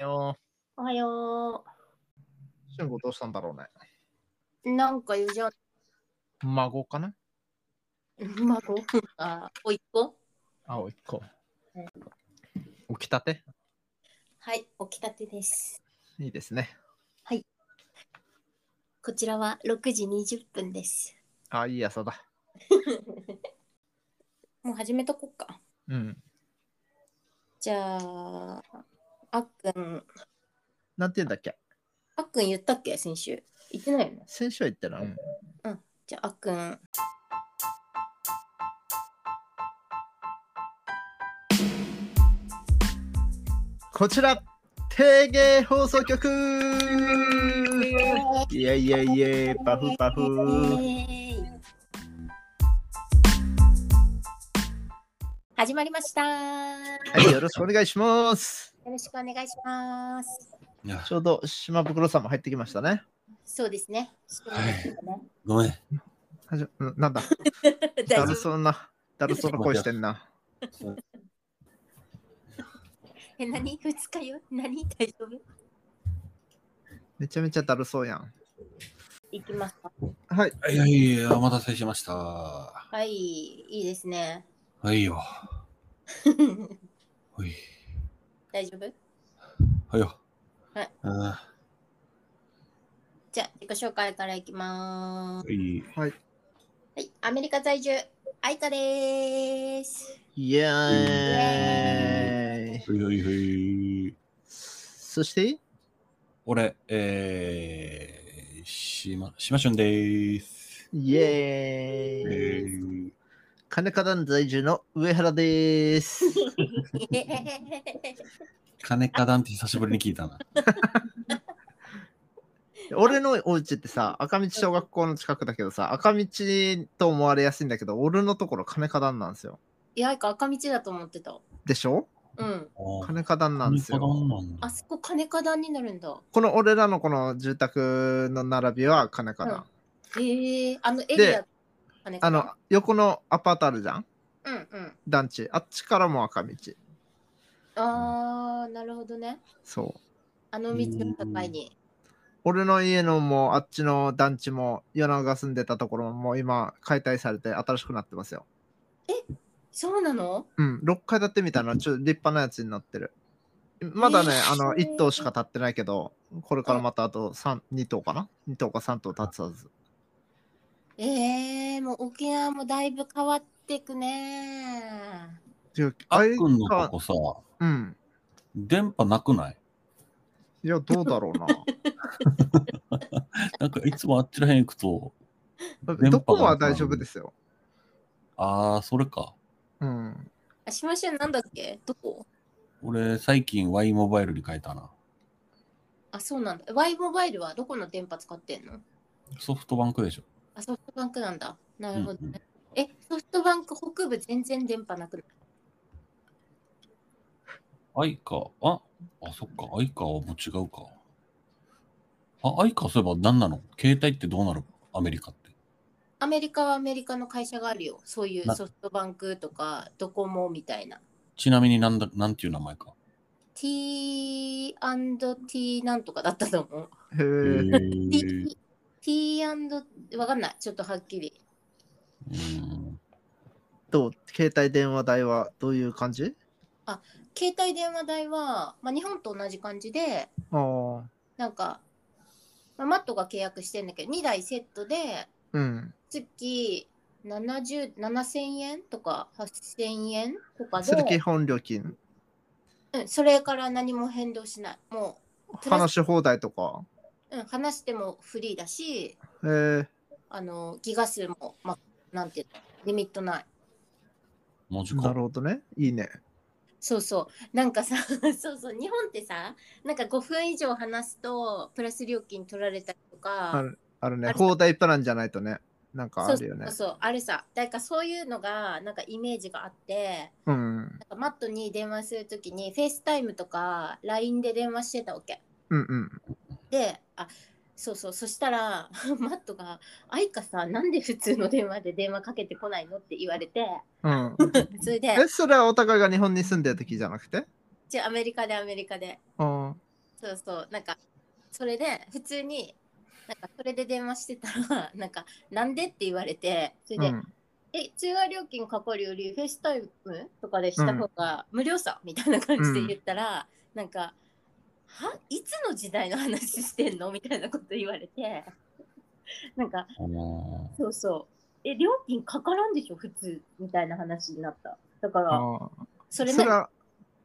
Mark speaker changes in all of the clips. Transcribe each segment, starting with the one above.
Speaker 1: よ
Speaker 2: おはよ
Speaker 1: ー。シュンゴどうしたんだろうね。
Speaker 2: う。なんか言うじゃん。
Speaker 1: 孫かな
Speaker 2: 孫あ、おいっ子
Speaker 1: あ、おいっ子。起きたて
Speaker 2: はい、起きたてです。
Speaker 1: いいですね。
Speaker 2: こちらは6時20分です。
Speaker 1: あ、いい朝だ。
Speaker 2: もう始めとこっか。
Speaker 1: うん。
Speaker 2: じゃあ、あっくん、
Speaker 1: なんて言うんだっけ
Speaker 2: あっくん言ったっけ先週。言ってないよね。
Speaker 1: 先週は言ったな。うん
Speaker 2: じゃあ、あっくん。
Speaker 1: こちら、定芸放送局いやいやいや、パフパフ。
Speaker 2: イエーイ始まりました。よ
Speaker 1: はい、よろしくお願いします。
Speaker 2: ろしくお願いします。
Speaker 1: ちょうど島袋さんも入ってきましたね。
Speaker 2: そうですね。
Speaker 3: はいごめん。
Speaker 1: はじうんなんだ、だ
Speaker 2: 大丈
Speaker 1: る
Speaker 2: 夫。
Speaker 1: そうな、だるそうな声してんな。
Speaker 2: え、何二日よ何大丈夫
Speaker 1: めちゃめちゃだるそうやん。
Speaker 2: いきますか。
Speaker 1: はい、
Speaker 3: いやいや、お待たせしました。は
Speaker 2: はい、いいです ね。
Speaker 3: いよ。ほい。
Speaker 2: 大丈夫
Speaker 3: はいよ。
Speaker 2: はい。
Speaker 3: あ
Speaker 2: じゃあ、自己紹介からいきまーす。
Speaker 3: ーいい。
Speaker 2: はい、アメリカ在住、アイカでー す。
Speaker 1: イエーイ
Speaker 3: ほいほいほい。
Speaker 1: そして、
Speaker 3: 俺、えー、しま、しましゅんでーす。
Speaker 1: イエ
Speaker 3: え
Speaker 1: ーイ
Speaker 3: ー、
Speaker 1: 金花団在住の上原 です。
Speaker 3: 金か団って久しぶりに聞いたな。
Speaker 1: 俺のお家ってさ、赤道小学校の近くだけどさ、赤道と思われやすいんだけど、俺のところ金花団なんですよ。
Speaker 2: いや、アイカ赤道だと思ってた。
Speaker 1: でしょ
Speaker 2: うん。
Speaker 1: 金花団なんです
Speaker 3: 金花
Speaker 1: よ。
Speaker 3: 壇なん
Speaker 2: あ
Speaker 3: だ。
Speaker 2: そこ、金花壇になるんだ。
Speaker 1: この俺らのこの住宅の並びは金花団。
Speaker 2: へえー、あのエリア、金
Speaker 1: あ
Speaker 2: 花
Speaker 1: の
Speaker 2: 壇。、
Speaker 1: 横のアパートあるじゃん
Speaker 2: うんうん。
Speaker 1: 団地。あっちからも赤道。
Speaker 2: あー、なるほどね。
Speaker 1: そう。
Speaker 2: あの道の境に。
Speaker 1: 俺の家のもうあっちの団地も夜中が住んでたところももう今解体されて新しくなってますよ。
Speaker 2: そうなの
Speaker 1: うん、6階建てみたいなちょっと立派なやつになってる。まだね、あの1棟しか建ってないけど、これからまたあと三2棟かな ?2 棟か3棟建つはず。
Speaker 2: ええー、もう沖縄もだいぶ変わってくね
Speaker 1: ていう
Speaker 3: あっ
Speaker 1: あれ
Speaker 3: くんのと
Speaker 1: か、
Speaker 3: こさ、
Speaker 1: うん。
Speaker 3: 電波なくない
Speaker 1: いや、どうだろうな。
Speaker 3: なんかいつもあっちらへん行くと、が
Speaker 1: どこは大丈夫ですよ。
Speaker 3: あー、それか。
Speaker 1: うん。
Speaker 2: あ、しましゅんなんだっけどこ
Speaker 3: 俺、最近 Y モバイルに変えたな。
Speaker 2: あ、そうなんだ。Y モバイルはどこの電波使ってんの
Speaker 3: ソフトバンクでしょ。
Speaker 2: あ、ソフトバンクなんだ。なるほど
Speaker 3: うんうん
Speaker 2: ね。え、ソフトバンク北部全然電波なくない
Speaker 3: アイカ、あ、あ、そっか、アイカはもう違うか。あ、アイカそういえば何なの携帯ってどうなるアメリカって。
Speaker 2: アメリカはアメリカの会社があるよ。そういう
Speaker 3: な
Speaker 2: ソフトバンクとかドコモみたいな。
Speaker 3: ちなみになんだ、なんていう名前か。
Speaker 2: T&T なんとかだったと思う。
Speaker 1: へ
Speaker 3: へ
Speaker 1: え。
Speaker 3: ー
Speaker 2: T- T& わかんない。ちょっとはっきり。
Speaker 3: うん
Speaker 1: と、携帯電話代はどういう感じ
Speaker 2: 携帯電話代は、まあ、日本と同じ感じで、
Speaker 1: ああ。
Speaker 2: なんか、まあ、マットが契約してんだけど、2台セットで、
Speaker 1: うん。
Speaker 2: 月70 7000円とか8000円とか
Speaker 1: それ基
Speaker 2: で、
Speaker 1: 本料金。
Speaker 2: うん、それから何も変動しない。もプラス
Speaker 1: 話し放題とか。
Speaker 2: う、うん、話してもフリーだし、
Speaker 1: へえ。
Speaker 2: あの、ギガ数も、まあ、なんていうの、リミットない。
Speaker 3: 文字
Speaker 1: な
Speaker 3: か
Speaker 1: る。ほどね。いいね。
Speaker 2: そうそう。なんかさ、 そうそう、日本ってさ、なんか5分以上話すと、プラス料金取られたりとか、
Speaker 1: あるあるね。
Speaker 2: あれ
Speaker 1: 放題プランじゃないとね。なんか
Speaker 2: そ
Speaker 1: あ
Speaker 2: う
Speaker 1: るよね
Speaker 2: そう。そうあれさだからそういうのがなんかイメージがあって
Speaker 1: うん。
Speaker 2: なんかマットに電話するときにフェイスタイムとか LINE で電話してたわけ
Speaker 1: うんうん。
Speaker 2: であそうそうそしたら マットが「愛花さんなんで普通の電話で電話かけてこないの?」って言われて
Speaker 1: うん。
Speaker 2: それで
Speaker 1: え、それはお互いが日本に住んでる時じゃなくて
Speaker 2: じゃあアメリカでアメリカで
Speaker 1: うん。
Speaker 2: そうそうなんかそれで普通になんかそれで電話してたら なんか「なんで?」って言われてそれ
Speaker 1: う
Speaker 2: で「
Speaker 1: ん。
Speaker 2: え通話料金かかるよりフェイスタイムとかでした方が無料さ、みたいな感じで言ったら、なんか「はいつの時代の話してんの?」みたいなこと言われてなんか
Speaker 3: あの
Speaker 2: そうそうえ料金かからんでしょ普通みたいな話になっただから
Speaker 1: ああ
Speaker 2: それ
Speaker 1: そ
Speaker 2: な
Speaker 1: れ
Speaker 2: ら
Speaker 1: は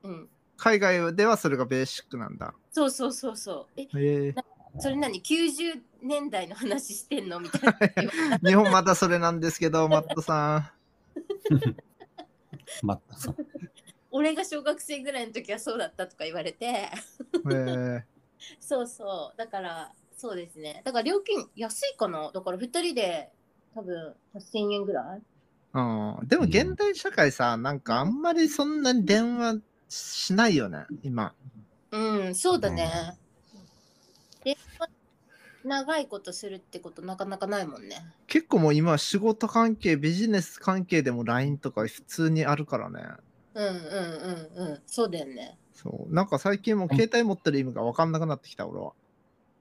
Speaker 2: うん
Speaker 1: 海外ではそれがベーシックなんだ。
Speaker 2: そうそうそうそうえ
Speaker 1: へえ
Speaker 2: それ何90年代の話してんのみたいなこと言わ れて
Speaker 1: 日本またそれなんですけど、マットさん。
Speaker 3: ー、またさ、
Speaker 2: 俺が小学生ぐらいの時はそうだったとか言われて
Speaker 1: へえ
Speaker 2: そうそう。だから、そうですね。だから料金安いかな。だから2人で多分8000円ぐらい
Speaker 1: うん、でも現代社会さ、なんかあんまりそんなに電話しないよね、今。
Speaker 2: うん、そうだね。で、長いことするってことなかなかないもんね。
Speaker 1: 結構もう今仕事関係、ビジネス関係でも LINE とか普通にあるからね。
Speaker 2: うんうんうんうん。そうだよね。
Speaker 1: そう。なんか最近もう携帯持ってる意味が分かんなくなってきた、俺は。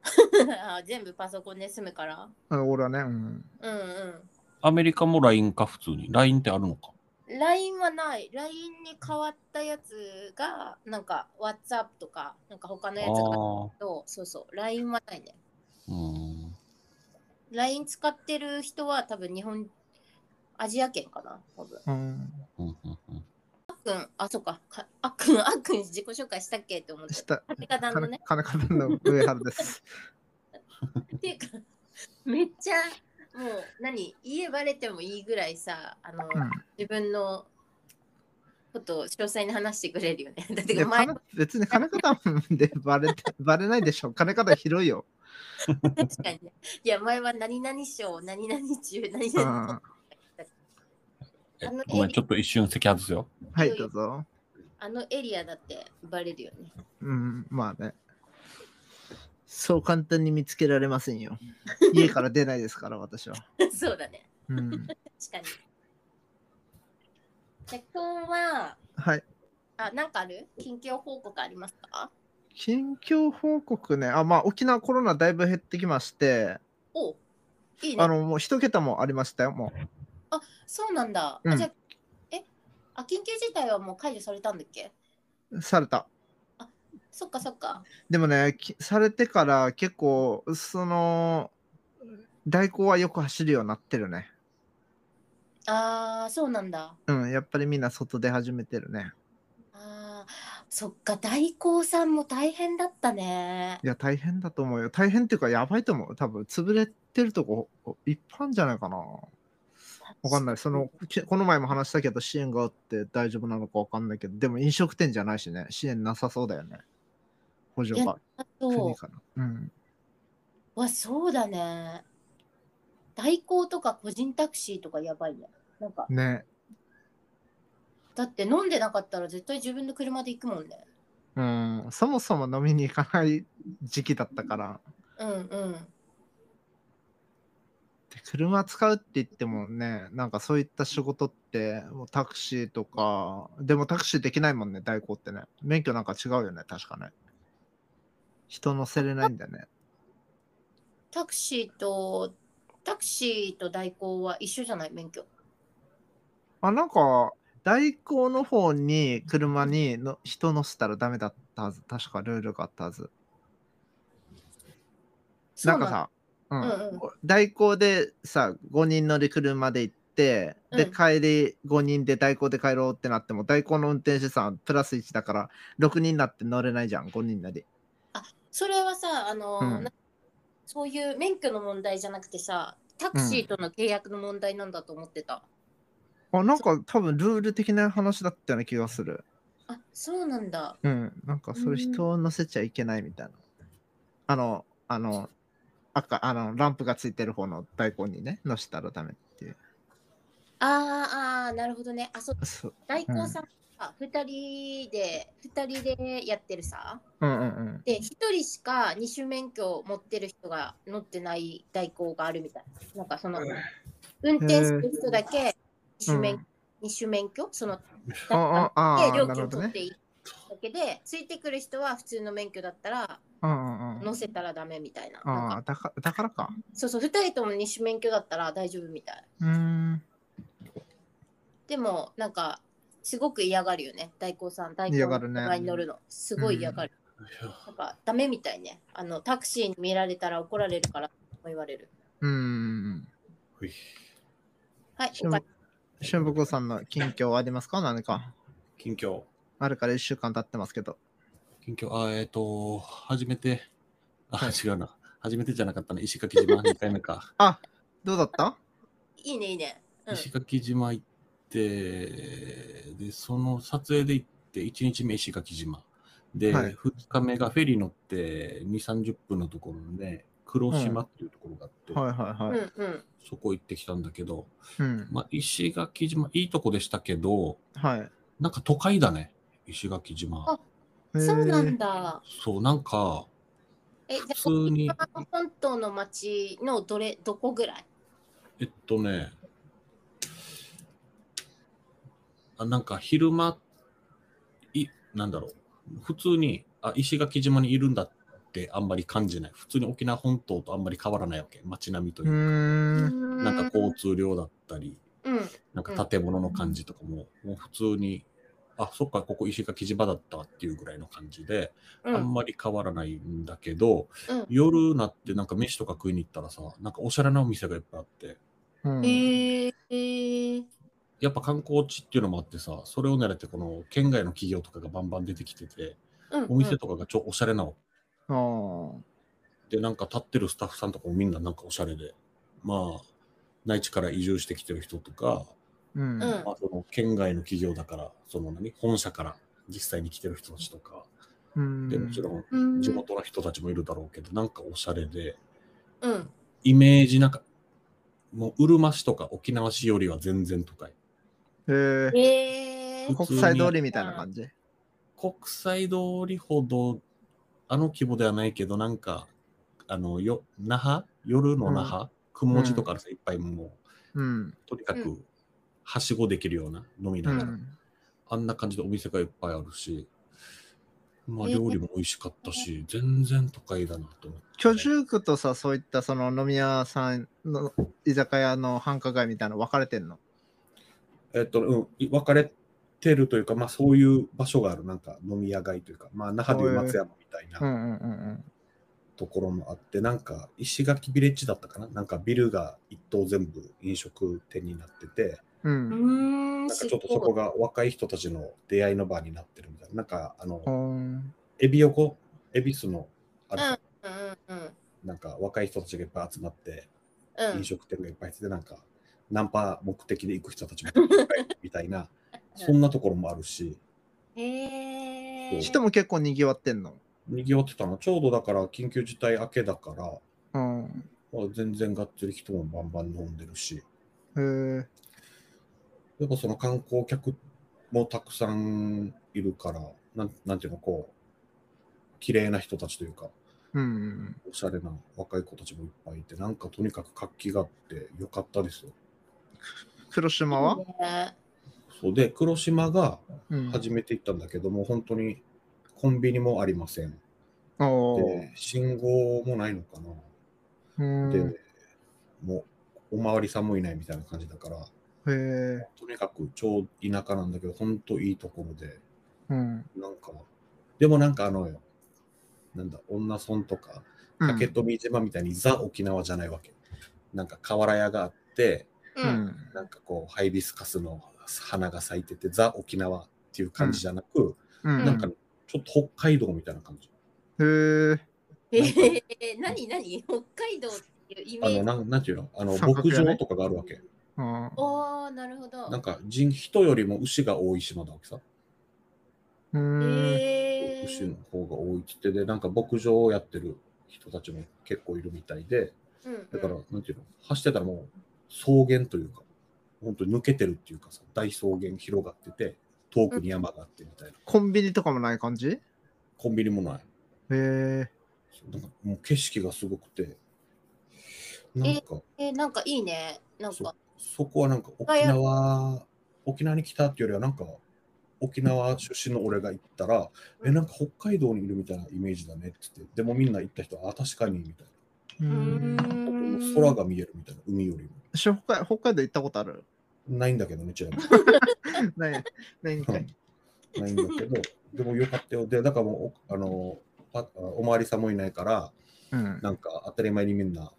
Speaker 2: あ全部パソコンで済むから。
Speaker 1: うん俺はね、うん。
Speaker 2: うんうん。
Speaker 3: アメリカも LINE か、普通に。LINE ってあるのか。
Speaker 2: LINE はない。LINE に変わったやつが、なんか WhatsApp とか、なんか他のやつがあ
Speaker 3: ああ
Speaker 2: るけど、そうそう。LINE はないね。
Speaker 3: ー、うん。
Speaker 2: LINE 使ってる人は多分日本、アジア圏かな多分。
Speaker 1: うん、
Speaker 3: うんうんうん
Speaker 2: あっくん、あ、そうか。かあ っくん、あっくん自己紹介したっけって思って。
Speaker 1: した。
Speaker 2: 髪型の
Speaker 1: 金
Speaker 2: ね。
Speaker 1: 金方の上原です。
Speaker 2: っていうか、 めっちゃ、もう何、家バレてもいいぐらいさ、あの、
Speaker 1: う
Speaker 2: 自分のことを詳細に話してくれるよね。 だっ
Speaker 1: ん、い
Speaker 2: て
Speaker 1: や
Speaker 2: 前
Speaker 1: 金別に金方でバレて バレないでしょ。金方広いよ。
Speaker 2: 確かにね。いや、前は何々賞、何 々中、何
Speaker 1: うん、
Speaker 2: 々
Speaker 1: は
Speaker 2: と
Speaker 3: え
Speaker 2: あの
Speaker 3: ごめん、ちょっと一瞬席外すよ。
Speaker 1: い、どうぞ。
Speaker 2: あのエリアだってバレるよね。
Speaker 1: うん、まあね。そう簡単に見つけられませんよ。 家から出ないですから、私は。
Speaker 2: そうだね。
Speaker 1: うん、
Speaker 2: 確かに。結婚は、
Speaker 1: はい。
Speaker 2: あ、なんかある近況報告ありますか
Speaker 1: 近況報告ね。あ、まあ、沖縄コロナだいぶ減ってきまして、
Speaker 2: おいいね
Speaker 1: あ。の、もう一桁もありましたよ、もう。
Speaker 2: そうなんだ。
Speaker 1: うん
Speaker 2: あじゃあえあ、緊急事態はもう解除されたんだっけ
Speaker 1: された。
Speaker 2: そっかそっか。
Speaker 1: でもね、きされてから結構、その、代行はよく走るようになってるね。
Speaker 2: あー、そうなんだ。
Speaker 1: うん、やっぱりみんな外出始めてるね。
Speaker 2: あー、そっか、代行さんも大変だったね。
Speaker 1: いや、大変だと思うよ。大変っていうか、やばいと思う。多分、潰れてるとこ、一般じゃないかな。わかんない。その、ちこの前も話したけど、支援があって大丈夫なのかわかんないけど、でも飲食店じゃないしね、支援なさそうだよね。補助が
Speaker 2: あ
Speaker 1: 国
Speaker 2: と、
Speaker 1: かな。うん。
Speaker 2: わ、そうだね。代行とか個人タクシーとかやばいね。なんか、
Speaker 1: ね。
Speaker 2: だって飲んでなかったら絶対自分の車で行くもんね。
Speaker 1: うん。そもそも飲みに行かない時期だったから、
Speaker 2: うんうん。
Speaker 1: で車使うって言ってもね、なんかそういった仕事って、もうタクシーとか、でもタクシーできないもんね、代行ってね。免許なんか違うよね、確かね。人乗せれないんだよね。
Speaker 2: タクシーとタクシーと代行は一緒じゃない免許
Speaker 1: あ、なんか、代行の方に車にの人乗せたらダメだったはず。確かルールがあったはず。なんかさ、うん
Speaker 2: うんうん
Speaker 1: 代行でさ、5人乗り車で行って、で、
Speaker 2: うん
Speaker 1: 帰り5人で代行で帰ろうってなっても、代行の運転手さんプラス1だから、6人になって乗れないじゃん、5人なり。
Speaker 2: そうなんだそれはさあの、
Speaker 1: うん
Speaker 2: なそういう免許の問題じゃなくてさタクシーとの契約の問題なんだと思ってた、
Speaker 1: あ、なんか多分ルール的な話だったような気がする。
Speaker 2: あそうなんだ
Speaker 1: うん、なんかそうれ
Speaker 2: ん
Speaker 1: 人を乗せちゃいけないみたいな。あの、あの、赤、あの、ランプがついてる方の代行にね、乗せたらダメっていう。
Speaker 2: あーあーなるほどねあそう
Speaker 1: そう
Speaker 2: 代行さんか、さ2人で2人でやってるさ
Speaker 1: うんうんうん。
Speaker 2: で1人しか二種免許を持ってる人が乗ってない代行があるみたいなんかその運転する人だけ二種免、
Speaker 1: うん
Speaker 2: 二種免許その
Speaker 1: あああ
Speaker 2: で
Speaker 1: あ、
Speaker 2: 料
Speaker 1: なる
Speaker 2: 金
Speaker 1: ほど
Speaker 2: 取っ
Speaker 1: ね。
Speaker 2: ていいだけで、ついてくる人は普通の免許だったら
Speaker 1: うんうんうん。
Speaker 2: 乗せたらダメみたいななん
Speaker 1: ああ
Speaker 2: か
Speaker 1: だか、だからか。
Speaker 2: そうそう2人とも二種免許だったら大丈夫みたいう
Speaker 1: ーん。
Speaker 2: でもなんかすごく嫌がるよね代行さん代行
Speaker 1: 嫌がるね
Speaker 2: の車に乗るのすごい嫌がる、なんかダメみたいねあのタクシーに見られたら怒られるからも言われる
Speaker 1: うーん。
Speaker 3: ほい
Speaker 2: はい
Speaker 1: し
Speaker 2: お
Speaker 1: ゅん
Speaker 2: か
Speaker 1: しゅんぶこさんの近況はありますか何か。
Speaker 3: 近況。
Speaker 1: あれから1週間経ってますけど。
Speaker 3: 近況。あ、えっ、と、初めて。あ、
Speaker 1: はい
Speaker 3: 違うな。初めてじゃなかったな。石垣島2回目か。
Speaker 1: どうだった
Speaker 2: いいねいいね、うん、
Speaker 3: 石垣島行って、で、その撮影で行って、1日目石垣島。で、
Speaker 1: はい
Speaker 3: 2日目がフェリー乗って2、30分のところで、黒島っていうところがあって、
Speaker 1: はいはいは
Speaker 2: う
Speaker 1: い。
Speaker 2: んうん
Speaker 3: そこ行ってきたんだけど、
Speaker 1: うん。
Speaker 3: まあ、石垣島、いいとこでしたけど、
Speaker 1: はい。
Speaker 3: なんか都会だね、石垣島。
Speaker 2: あそうなんだ
Speaker 3: そう、なんか、
Speaker 2: えじゃあ
Speaker 3: 普通に
Speaker 2: 沖縄本島の町のどれどこぐらい
Speaker 3: えっとね、あなんか昼間、い、なんだろう、普通に、あ、石垣島にいるんだってあんまり感じない。普通に沖縄本島とあんまり変わらないわけ、街並みと
Speaker 1: へ
Speaker 3: い
Speaker 1: ー。う
Speaker 3: う
Speaker 2: う
Speaker 1: ーん。
Speaker 2: ん
Speaker 3: か、なんか交通量だったり、
Speaker 2: うん
Speaker 3: なんか建物の感じとかも、もう普通に、あ、そっか、ここ石垣島だったっていうぐらいの感じで、
Speaker 2: う
Speaker 3: あん
Speaker 2: ん
Speaker 3: まり変わらないんだけど、
Speaker 2: うん
Speaker 3: 夜なってなんか飯とか食いに行ったらさ、なんかおしゃれなお店がいっぱいあって、
Speaker 1: うん
Speaker 2: へえー、
Speaker 3: やっぱ観光地っていうのもあってさ、それを狙ってこの県外の企業とかがバンバン出てきてて、
Speaker 2: うん
Speaker 3: お店とかがちょおしゃれなの。
Speaker 1: あー
Speaker 3: で、なんか立ってるスタッフさんとかもみんななんかおしゃれで、まあ、内地から移住してきてる人とか、
Speaker 1: うん
Speaker 2: うん、うん
Speaker 3: まあ、その県外の企業だから、その何、本社から実際に来てる人たちとか、
Speaker 1: うん
Speaker 3: でもちろん
Speaker 2: うん
Speaker 3: 地元の人たちもいるだろうけど、なんかおしゃれで、
Speaker 2: うん
Speaker 3: イメージなんか、もううるま市とか沖縄市よりは全然都会。
Speaker 1: へー
Speaker 2: えー、
Speaker 3: 普通
Speaker 1: 国
Speaker 3: に
Speaker 1: 際通りみたいな感じ。
Speaker 3: 国際通りほど、あの規模ではないけど、なんか、あの、よ那覇夜の那覇、雲地とかあるさ、いっぱいも
Speaker 1: うん
Speaker 3: う。、とにか
Speaker 2: う
Speaker 3: く、はしごできるような、飲み
Speaker 1: う
Speaker 3: ながら、
Speaker 1: ん。
Speaker 3: あんな感じでお店がいっぱいあるし、まあ、
Speaker 2: えー
Speaker 3: 料理も美味しかったし、全然都会だなと思って。
Speaker 1: 居住区とさ、そういったその飲み屋さんの居酒屋の繁華街みたいなの分かれてんの
Speaker 3: えっと、うん、い分かれてるというか、まあ、そういう場所がある、なんか飲み屋街というか、まあ、那覇でいう松山みたいな。
Speaker 1: うんうんうん
Speaker 3: ところもあって、なんか石垣ビレッジだったかななんかビルが一棟全部飲食店になってて、
Speaker 1: うん。うん
Speaker 2: うーん
Speaker 3: なんか
Speaker 2: す
Speaker 3: ちょっとそ
Speaker 2: ご
Speaker 3: こ
Speaker 2: い
Speaker 3: が若い人たちの出会いの場になってるみたいな。なんかあの、
Speaker 1: ほーん。
Speaker 3: エビ横、エビスのある、
Speaker 2: うんうん
Speaker 3: なんか若い人たちがいっぱい集まって、
Speaker 2: うん
Speaker 3: 飲食店がいっぱいして、なんかナンパ目的で行く人たちもいっぱいみたいな、そんなところもあるし、
Speaker 2: へえ。
Speaker 1: 人も結構にぎわってんの。
Speaker 3: 賑わってたの、ちょうどだから緊急事態明けだから、
Speaker 1: うん。
Speaker 3: まあ、全然がっつり人もバンバン飲んでるし、
Speaker 1: へー
Speaker 3: やっぱその観光客もたくさんいるから、なんなんていうの、こう、綺麗な人たちというか、
Speaker 1: うん。
Speaker 3: おしゃれな若い子たちもいっぱいいて、なんかとにかく活気があってよかったですよ。
Speaker 1: 黒島は
Speaker 2: ね
Speaker 3: そうで、黒島が
Speaker 1: うん。
Speaker 3: 初めて行ったんだけども、本当にコンビニもありません。
Speaker 1: おー
Speaker 3: で、信号もないのか
Speaker 1: う
Speaker 3: な。
Speaker 1: ん。
Speaker 3: で、もう、おまわりさんもいないみたいな感じだから、
Speaker 1: へー
Speaker 3: とにかく超田舎なんだけど、本当いいところで、
Speaker 1: うん。
Speaker 3: なんか、でもなんかあのよ、なんだ、女村とか、
Speaker 1: うん
Speaker 3: 竹富島みたいにザ沖縄じゃないわけ。なんか瓦屋があって、
Speaker 2: う。
Speaker 1: うんん。
Speaker 3: なんかこう、ハイビスカスの花が咲いてて、ザ沖縄っていう感じじゃなく、
Speaker 1: うん。
Speaker 3: なんかちょっと北海道みたいな感じ。
Speaker 1: へー
Speaker 2: えー、何何北海道っていうイメ
Speaker 3: あ
Speaker 2: ージ。
Speaker 3: の、なんなんていうのあの、
Speaker 1: 三角
Speaker 3: 牧
Speaker 1: 屋ね
Speaker 3: 場とかがあるわけ。
Speaker 1: うん。
Speaker 2: おー、なるほど。
Speaker 3: なんか人人よりも牛が多い島だわけさ。
Speaker 1: うーん。
Speaker 2: え
Speaker 3: 牛
Speaker 2: ー
Speaker 3: の、方が多いっつってで、なんか牧場をやってる人たちも結構いるみたいで、
Speaker 2: うんうん
Speaker 3: だから、なんていうの、走ってたらもう草原というか、本当に抜けてるっていうかさ、大草原広がってて、遠くに山があってみたいな。
Speaker 1: コンビニとかもない感じへ
Speaker 3: コンビニもない。
Speaker 1: え。
Speaker 3: なんかもう景色がすごくて、なんか
Speaker 2: えーなんかいいね。なん
Speaker 3: そ
Speaker 2: か、
Speaker 3: そこはなんか沖縄、沖縄に来たっていうよりはなんか沖縄出身の俺が行ったら、
Speaker 2: うん
Speaker 3: え、なんか北海道にいるみたいなイメージだねって言って、でもみんな行った人は、あ、確かにみたいな。
Speaker 1: う。
Speaker 2: うんん
Speaker 3: 空が見えるみたいな、海よりも。
Speaker 1: 私北海北海道行ったことある
Speaker 3: ないんだけどね、ちなみに。
Speaker 1: ない、ないんかい。
Speaker 3: ないんだ けど、でもよかったよ。で、だからもう、おあの、パおまわりさんもいないから、
Speaker 1: うん。
Speaker 3: なんか当たり前にみんな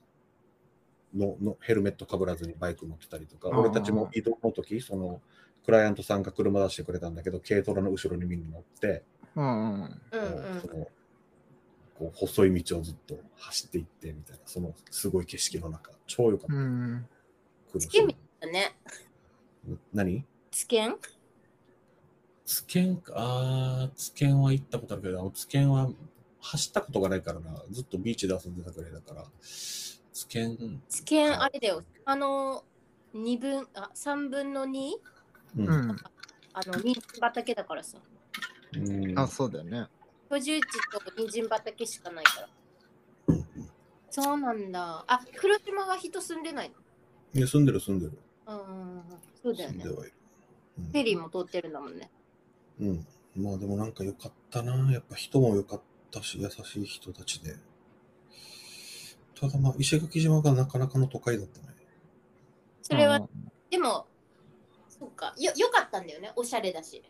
Speaker 3: ののヘルメットかぶらずにバイク乗ってたりとか、
Speaker 1: あー
Speaker 3: 俺たちも移動の時そのクライアントさんが車出してくれたんだけど、軽トラの後ろにみんな乗って、
Speaker 1: うんうん。
Speaker 2: うんう
Speaker 3: こうんそのこう細い道をずっと走っていってみたいな、そのすごい景色の中、超よかっ
Speaker 1: う
Speaker 3: た。
Speaker 1: ん。
Speaker 3: 車
Speaker 2: 地形だね。
Speaker 3: 何
Speaker 2: 知見
Speaker 3: つけんか、あーつけんは行ったことあるけど、あのつけんは走ったことがないからな、ずっとビーチで遊んでたくらいだから、つけん、
Speaker 2: 知見あれだよ。あの、二分、あ、三分の二
Speaker 3: うん
Speaker 1: う、ん。
Speaker 2: あの、人参畑だからさ。
Speaker 3: うん
Speaker 1: あ、そうだよね。
Speaker 2: 居住地と人参畑しかないから。そうなんだ。あ、黒島は人住んでない
Speaker 3: いや住んでる住んでる。
Speaker 2: の。うんうんうん。そうだよね
Speaker 3: 住ん。ではいる
Speaker 2: フェリーも通ってるんだもんね。
Speaker 3: うん。うん。まあでもなんか良かったな。やっぱ人も良かったし、優しい人たちで。ただまあ、石垣島がなかなかの都会だったね。
Speaker 2: それは、
Speaker 1: うん
Speaker 2: でも、そっか。よ、よかったんだよね。おしゃれだし。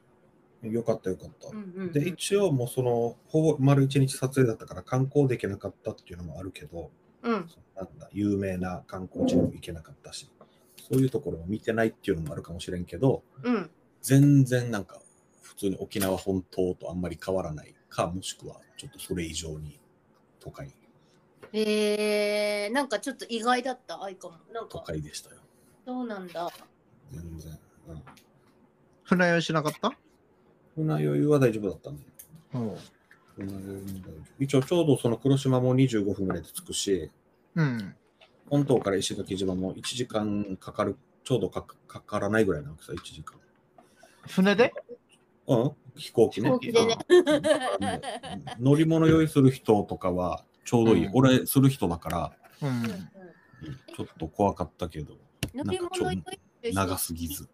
Speaker 3: 良かった良かった。
Speaker 2: うんうんうん。
Speaker 3: で、一応もうその、ほぼ丸一日撮影だったから観光できなかったっていうのもあるけど、
Speaker 2: うん。
Speaker 3: なんだ、有名な観光地にも行けなかったし、そういうところを見てないっていうのもあるかもしれんけど、
Speaker 2: うん。
Speaker 3: 全然なんか普通に沖縄本島とあんまり変わらないかもしくはちょっとそれ以上に都会
Speaker 2: えー、なんかちょっと意外だった、アイカも。なん
Speaker 3: 都
Speaker 2: か、
Speaker 3: 会でしたよ
Speaker 2: そうなんだ。
Speaker 3: 全然、うん、
Speaker 1: 船酔いしなかった
Speaker 3: 船酔いは大丈夫だったんで
Speaker 1: うん。
Speaker 3: 船酔いも大丈夫一応ちょうどその黒島も25分ぐらいで着くし
Speaker 1: うん。
Speaker 3: 本島から石垣島も1時間かかるちょうどかかかからないぐらいなわけさ1時間
Speaker 1: 船で
Speaker 3: うん飛行機ね
Speaker 2: 飛行機でね
Speaker 3: うん乗り物酔いする人とかはちょうどいい、
Speaker 1: うん
Speaker 3: 俺する人だから
Speaker 1: う
Speaker 2: うん
Speaker 1: ん。
Speaker 3: ちょっと怖かったけど
Speaker 2: 乗り物酔いする
Speaker 3: 長
Speaker 2: 人
Speaker 3: すぎず。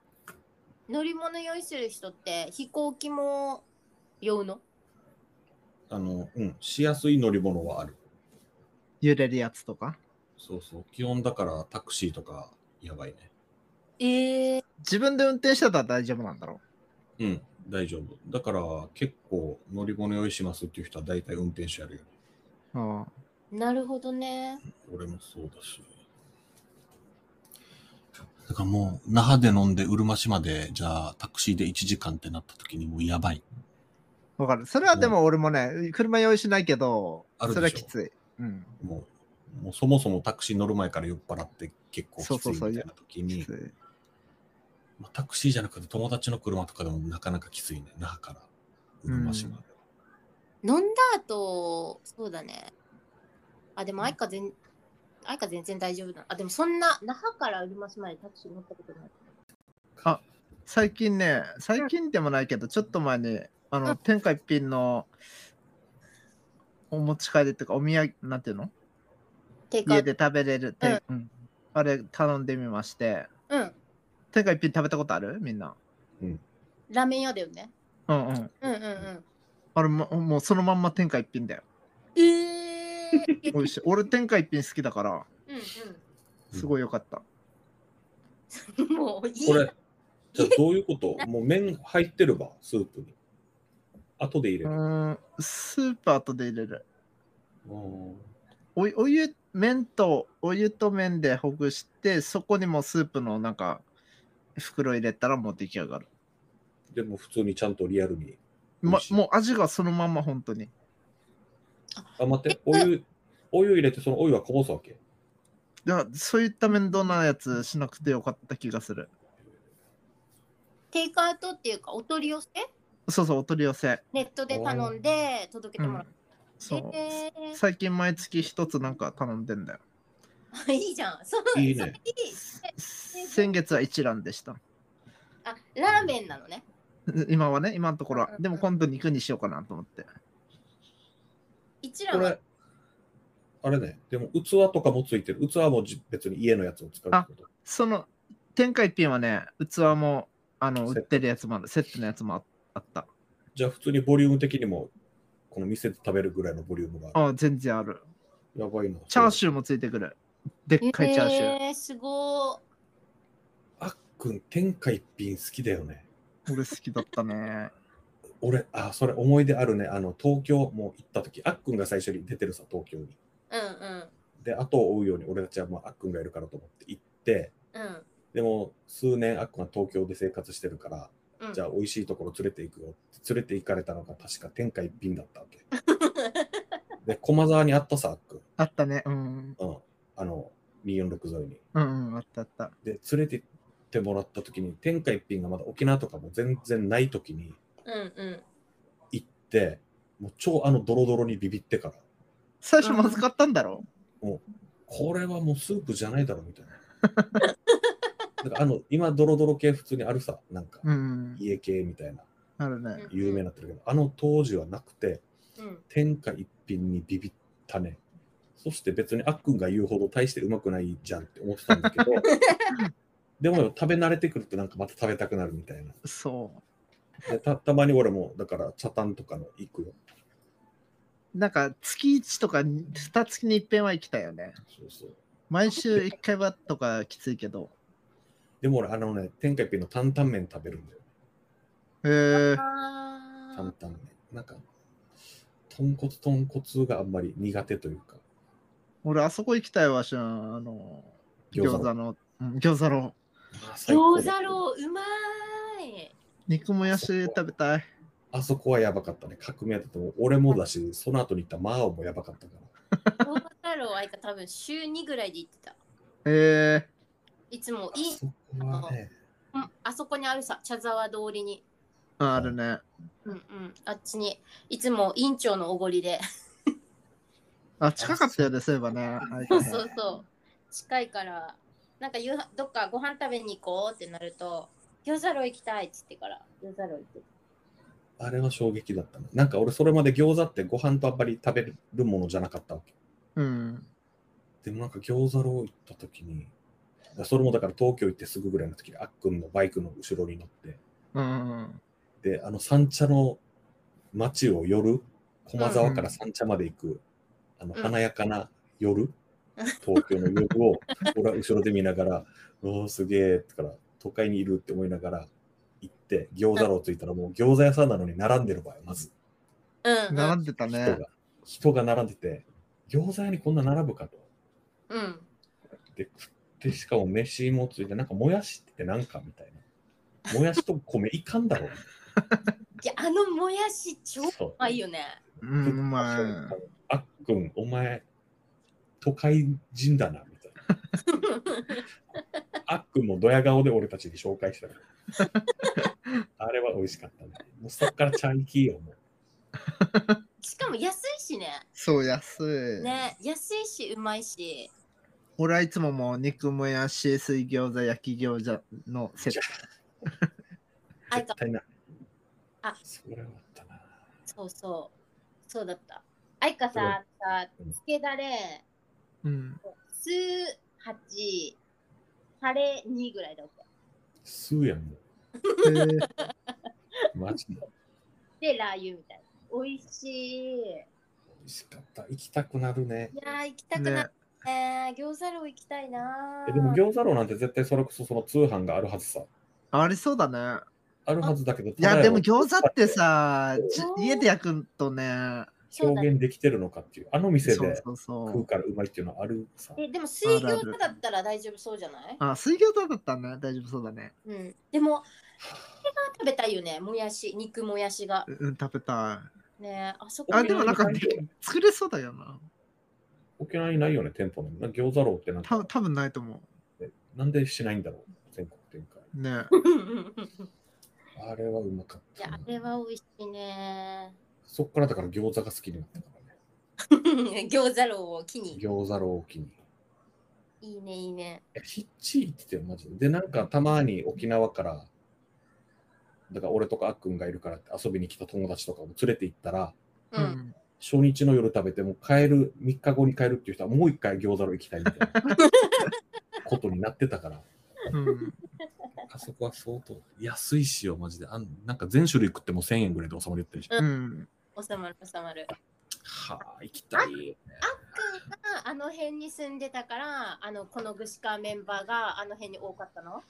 Speaker 2: 乗り物酔いする人って飛行機も酔うの
Speaker 3: あの、うん、しやすい乗り物はある。
Speaker 1: 揺れるやつとか。
Speaker 3: そうそう。基本だからタクシーとかやばいね。
Speaker 2: えー、
Speaker 1: 自分で運転してたら大丈夫なんだろ
Speaker 3: うん、大丈夫。だから結構乗り物用意しますっていう人は大体運転手やるよ。
Speaker 1: う。うん。
Speaker 2: なるほどね。
Speaker 3: 俺もそうだし。だからもう、那覇で飲んでうるま市まで、じゃあタクシーで1時間ってなった時にもうやばい。
Speaker 1: わかる。それはでも俺もね、車用意しないけど、
Speaker 3: あるでしょ
Speaker 1: それはきつい。うん。
Speaker 3: もう、もうそもそもタクシー乗る前から酔っ払って結構きついみたいな時に、
Speaker 1: きつい。
Speaker 3: まあ、タクシーじゃなくて友達の車とかでもなかなかきついね。那覇からうるま市まで。
Speaker 2: 飲んだ後、そうだね。あ、でもアイカ全、アイカ全然大丈夫だ。あ、でもそんな、那覇からうるま市までタクシー乗ったことない。
Speaker 1: 最近ね、最近でもないけど、ちょっと前に、あの、天下一品のお持ち帰りっていうか、お土産、なんていうの
Speaker 2: テイクア
Speaker 1: 家
Speaker 2: ウト。
Speaker 1: で食べれる、てうんあれ頼んでみまして、
Speaker 2: うん。
Speaker 1: 天下一品食べたことあるみんな。
Speaker 2: ラーメン屋だよね。
Speaker 1: うんうん。
Speaker 2: うんうんうん。
Speaker 1: あれも、もうそのまんま天下一品だ よ。
Speaker 2: えー、
Speaker 1: 美味しい。俺、天下一品好きだから、
Speaker 2: うんうん。
Speaker 1: すごい良かった。
Speaker 2: もういい。
Speaker 3: これ、じゃあどういうこともう麺入ってれば、スープに。後で入れ
Speaker 1: う
Speaker 3: る。
Speaker 1: ーん、スープ後で入れる。
Speaker 3: うん
Speaker 1: おお湯、麺と、お湯と麺でほぐして、そこにもうスープのなんか、袋入れたらもう出来上がる。
Speaker 3: でも普通にちゃんとリアルに。美
Speaker 1: ま
Speaker 3: 味しい
Speaker 1: もう味がそのまんま本当に。
Speaker 3: あ、待って、お湯、お湯入れてそのお湯はこぼすわけ。
Speaker 1: いやそういった面倒なやつしなくてよかった気がする。
Speaker 2: テイクアウトっていうか、お取り寄せ
Speaker 1: そうそう、お取り寄せ。
Speaker 2: ネットで頼んで届けてもらっ
Speaker 1: そう。
Speaker 2: えー
Speaker 1: 最近毎月一つなんか頼んでんだよ。
Speaker 2: た。いいじゃん。そう
Speaker 3: いいね
Speaker 2: それいい
Speaker 1: 先月は一蘭でした。
Speaker 2: あ、ラーメンなのね。
Speaker 1: 今はね、今のところ
Speaker 2: う
Speaker 1: は
Speaker 2: んうん。うん
Speaker 1: でも今度肉にしようかなと思って。
Speaker 2: 一覧
Speaker 3: こ
Speaker 2: は
Speaker 3: れ、あれね、でも器とかもついてる。器もじ別に家のやつを使うってこと。
Speaker 1: その、天下一品はね、器もあの
Speaker 3: セ
Speaker 1: 売
Speaker 3: ット
Speaker 1: ってるやつもある、セットのやつもああった。
Speaker 3: じゃあ普通にボリューム的にも、この店で食べるぐらいのボリュームがあ
Speaker 1: ああ、全然ある。
Speaker 3: る。やばいな。
Speaker 1: チャーシューもついてくる。でっかいチャーシュー。
Speaker 2: えー、すごー
Speaker 3: あっくん、天下一品好きだよね。
Speaker 1: 俺好きだったね。
Speaker 3: 俺、あ、それ思い出あるね。あの、東京も行った時、あっくんが最初に出てるさ、東京に。
Speaker 2: うん
Speaker 3: で、後を追うように俺たちは、まあ、あっくんがいるからと思って行って、
Speaker 2: うん
Speaker 3: でも、数年あっくんは東京で生活してるから、
Speaker 2: うん。
Speaker 3: じゃあ美味しいところ連れて行くよって連れて行かれたのが確か天下一品だったわけ。で、駒沢にあったさ、あっくん。
Speaker 1: あったね。うん。
Speaker 3: うん。あの、246沿いに。
Speaker 1: うんうん、あったあった。
Speaker 3: で、連れて行ってもらった時に、天下一品がまだ沖縄とかも全然ない時に
Speaker 2: うんうん。
Speaker 3: 行って、もう超あのドロドロにビビってから、
Speaker 1: 最初まずかったんだろ
Speaker 3: これはもうスープじゃないだろみたいな。だからあの、今ドロドロ系普通にあるさ、なんか
Speaker 1: う、ん。
Speaker 3: 家系みたいな、
Speaker 1: あるね。
Speaker 3: 有名になってるけど、あの当時はなくて、
Speaker 2: うん。
Speaker 3: 天下一品にビビったね。そして別にあっくんが言うほど大してうまくないじゃんって思ってたんだけど、でも食べ慣れてくるとなんかまた食べたくなるみたいな。
Speaker 1: そう。
Speaker 3: でたたまに俺も、だから、チャタンとかの行くよ。
Speaker 1: なんか月1とか2月に一遍は行きたいよね。
Speaker 3: そうそう。
Speaker 1: 毎週1回はとかきついけど。
Speaker 3: でも俺、あのね、天下一品の担々麺食べるんだよ。
Speaker 1: へえ。
Speaker 2: あ
Speaker 3: 担々麺。なんか、豚骨豚骨があんまり苦手というか、
Speaker 1: 俺、あそこ行きたいわ、しゅん。あの、餃子
Speaker 3: の。
Speaker 1: の。うん餃子の。
Speaker 3: あ最高だ
Speaker 2: 餃子ローうまーい。
Speaker 1: 肉もやし食べたい。
Speaker 3: あそこはやばかったね。革命だと思う、俺もだし、その後に行ったマーオもやばかったか
Speaker 2: 餃
Speaker 3: ら。
Speaker 2: 子ローあいた多分週2ぐらいで行ってた。
Speaker 1: へえ。
Speaker 2: いつも
Speaker 3: あ
Speaker 2: いい
Speaker 3: そこはね、
Speaker 2: うんあそこにあるさ茶沢通りに。
Speaker 1: ああるね。
Speaker 2: うんうん、あっちにいつも院長のおごりで
Speaker 1: あ、近かったよね、そういえばね。はい
Speaker 2: そうそうそう近いからなんか夕飯どっかご飯食べに行こうってなると餃子ロ行きたいっつってから餃子ロ行って
Speaker 3: あれは衝撃だったね。なんか俺、それまで餃子ってご飯とあんまり食べるものじゃなかったわけ。
Speaker 1: うん。
Speaker 3: でもなんか餃子を行った時に、それもだから東京行ってすぐぐらいの時に、あっくんのバイクの後ろに乗って、
Speaker 1: うん。
Speaker 3: で、あの三茶の街を夜、駒沢から三茶まで行く、あの
Speaker 2: うん
Speaker 3: 華やかな夜、東京の夜 を、俺は後ろで見ながら、おお、すげえってから、都会にいるって思いながら行って、餃子を着いたらもう餃子屋さんなのに並んでる場合、まず
Speaker 2: うんうん
Speaker 1: 並んでた
Speaker 3: 人
Speaker 1: ね
Speaker 3: が、。人が並んでて、餃子屋にこんな並ぶかと。
Speaker 2: うん
Speaker 3: で、食って、しかも飯もついて、なんかもやしってなんかみたいな。もやしと米いかんだろう。
Speaker 2: いやあのもやし超う
Speaker 3: そう
Speaker 2: まいよね
Speaker 1: うん、うまい。
Speaker 3: あっくん、お前、都会人だな、みたい な。あっくんもドヤ顔で俺たちに紹介し たから。あれは美味しかったね。もうそっからチャンキーよ、もう。
Speaker 2: しかも安いしね
Speaker 1: そう、安い。
Speaker 2: ね安いしうまいし
Speaker 1: 俺はいつももう肉もやし、水餃子、焼き餃子のセット。
Speaker 2: あいか
Speaker 3: 絶対な。
Speaker 2: あ
Speaker 3: それはあったな。
Speaker 2: そうそうそうだったあいかささ
Speaker 3: うん
Speaker 2: つけだれ
Speaker 1: うん。
Speaker 2: 酢8タレ2ぐらいだった
Speaker 3: すうやん、も
Speaker 1: へー
Speaker 3: う。マジで。
Speaker 2: でラー油みたいな美味しい
Speaker 3: 美味しかった。行きたくなるね
Speaker 2: い。やー行きたくな
Speaker 1: ね
Speaker 2: る、ね餃子ロー行きたいなー
Speaker 3: えでも餃子楼なんて絶対それこそその通販があるはずさ。
Speaker 1: ありそうだね。
Speaker 3: あるはずだけど、
Speaker 1: いや、でも
Speaker 3: ただ
Speaker 1: 餃子ってさ、じ
Speaker 2: そう
Speaker 1: 家で焼くんとね、
Speaker 2: そうだ
Speaker 3: 表現できてるのかっていう、あの店
Speaker 1: そう
Speaker 3: で
Speaker 1: そう
Speaker 3: 食
Speaker 1: そうう。
Speaker 3: からうまいっていうのはあるさ。
Speaker 2: えでも水餃
Speaker 1: あるあ
Speaker 2: 子
Speaker 1: る
Speaker 2: だったら大丈夫そうじゃない
Speaker 1: あ、水餃子だったね。大丈夫そうだね。
Speaker 2: うんでもあれが食べたいよねもやし肉もやしが
Speaker 1: ううん、食べた
Speaker 2: ねあそ
Speaker 1: い。
Speaker 2: こ
Speaker 1: あ、でもなんか
Speaker 3: 沖縄にないよね
Speaker 1: 作れそうだよな。
Speaker 3: 沖縄にないよね、店舗の。な餃子楼ってなん
Speaker 1: た
Speaker 3: か、
Speaker 1: 多分ないと思
Speaker 3: なんでしないんだろう、全国展
Speaker 1: う。ね。
Speaker 2: うんうんうんうん
Speaker 3: 開。あれはうまかっ
Speaker 2: いや
Speaker 3: た
Speaker 2: あ
Speaker 3: な。
Speaker 2: れは美味しいね
Speaker 3: そっからだから餃子が好きになったからね。
Speaker 2: 餃子ローを機に
Speaker 3: 餃子楼を機に。
Speaker 2: いいねいいね
Speaker 3: え、ひっちいって言ってたよ、マジで。で、なんかたまに沖縄から、だから俺とかあっくんがいるからって遊びに来た友達とかも連れて行ったら、
Speaker 2: う。
Speaker 1: うんん。
Speaker 3: 初日の夜食べても帰る、3日後に帰るっていう人はもう一回餃子の行きたいみたい なことになってたから、
Speaker 1: うん。
Speaker 3: あそこは相当安いしよ、マジで。あんなんか全種類食っても1000円ぐらいで収まりやってるし。
Speaker 1: うん。
Speaker 2: 収まる収まる。
Speaker 3: はあ、行きたい。
Speaker 2: くんがあの辺に住んでたから、あのこの具志川メンバーがあの辺に多かったの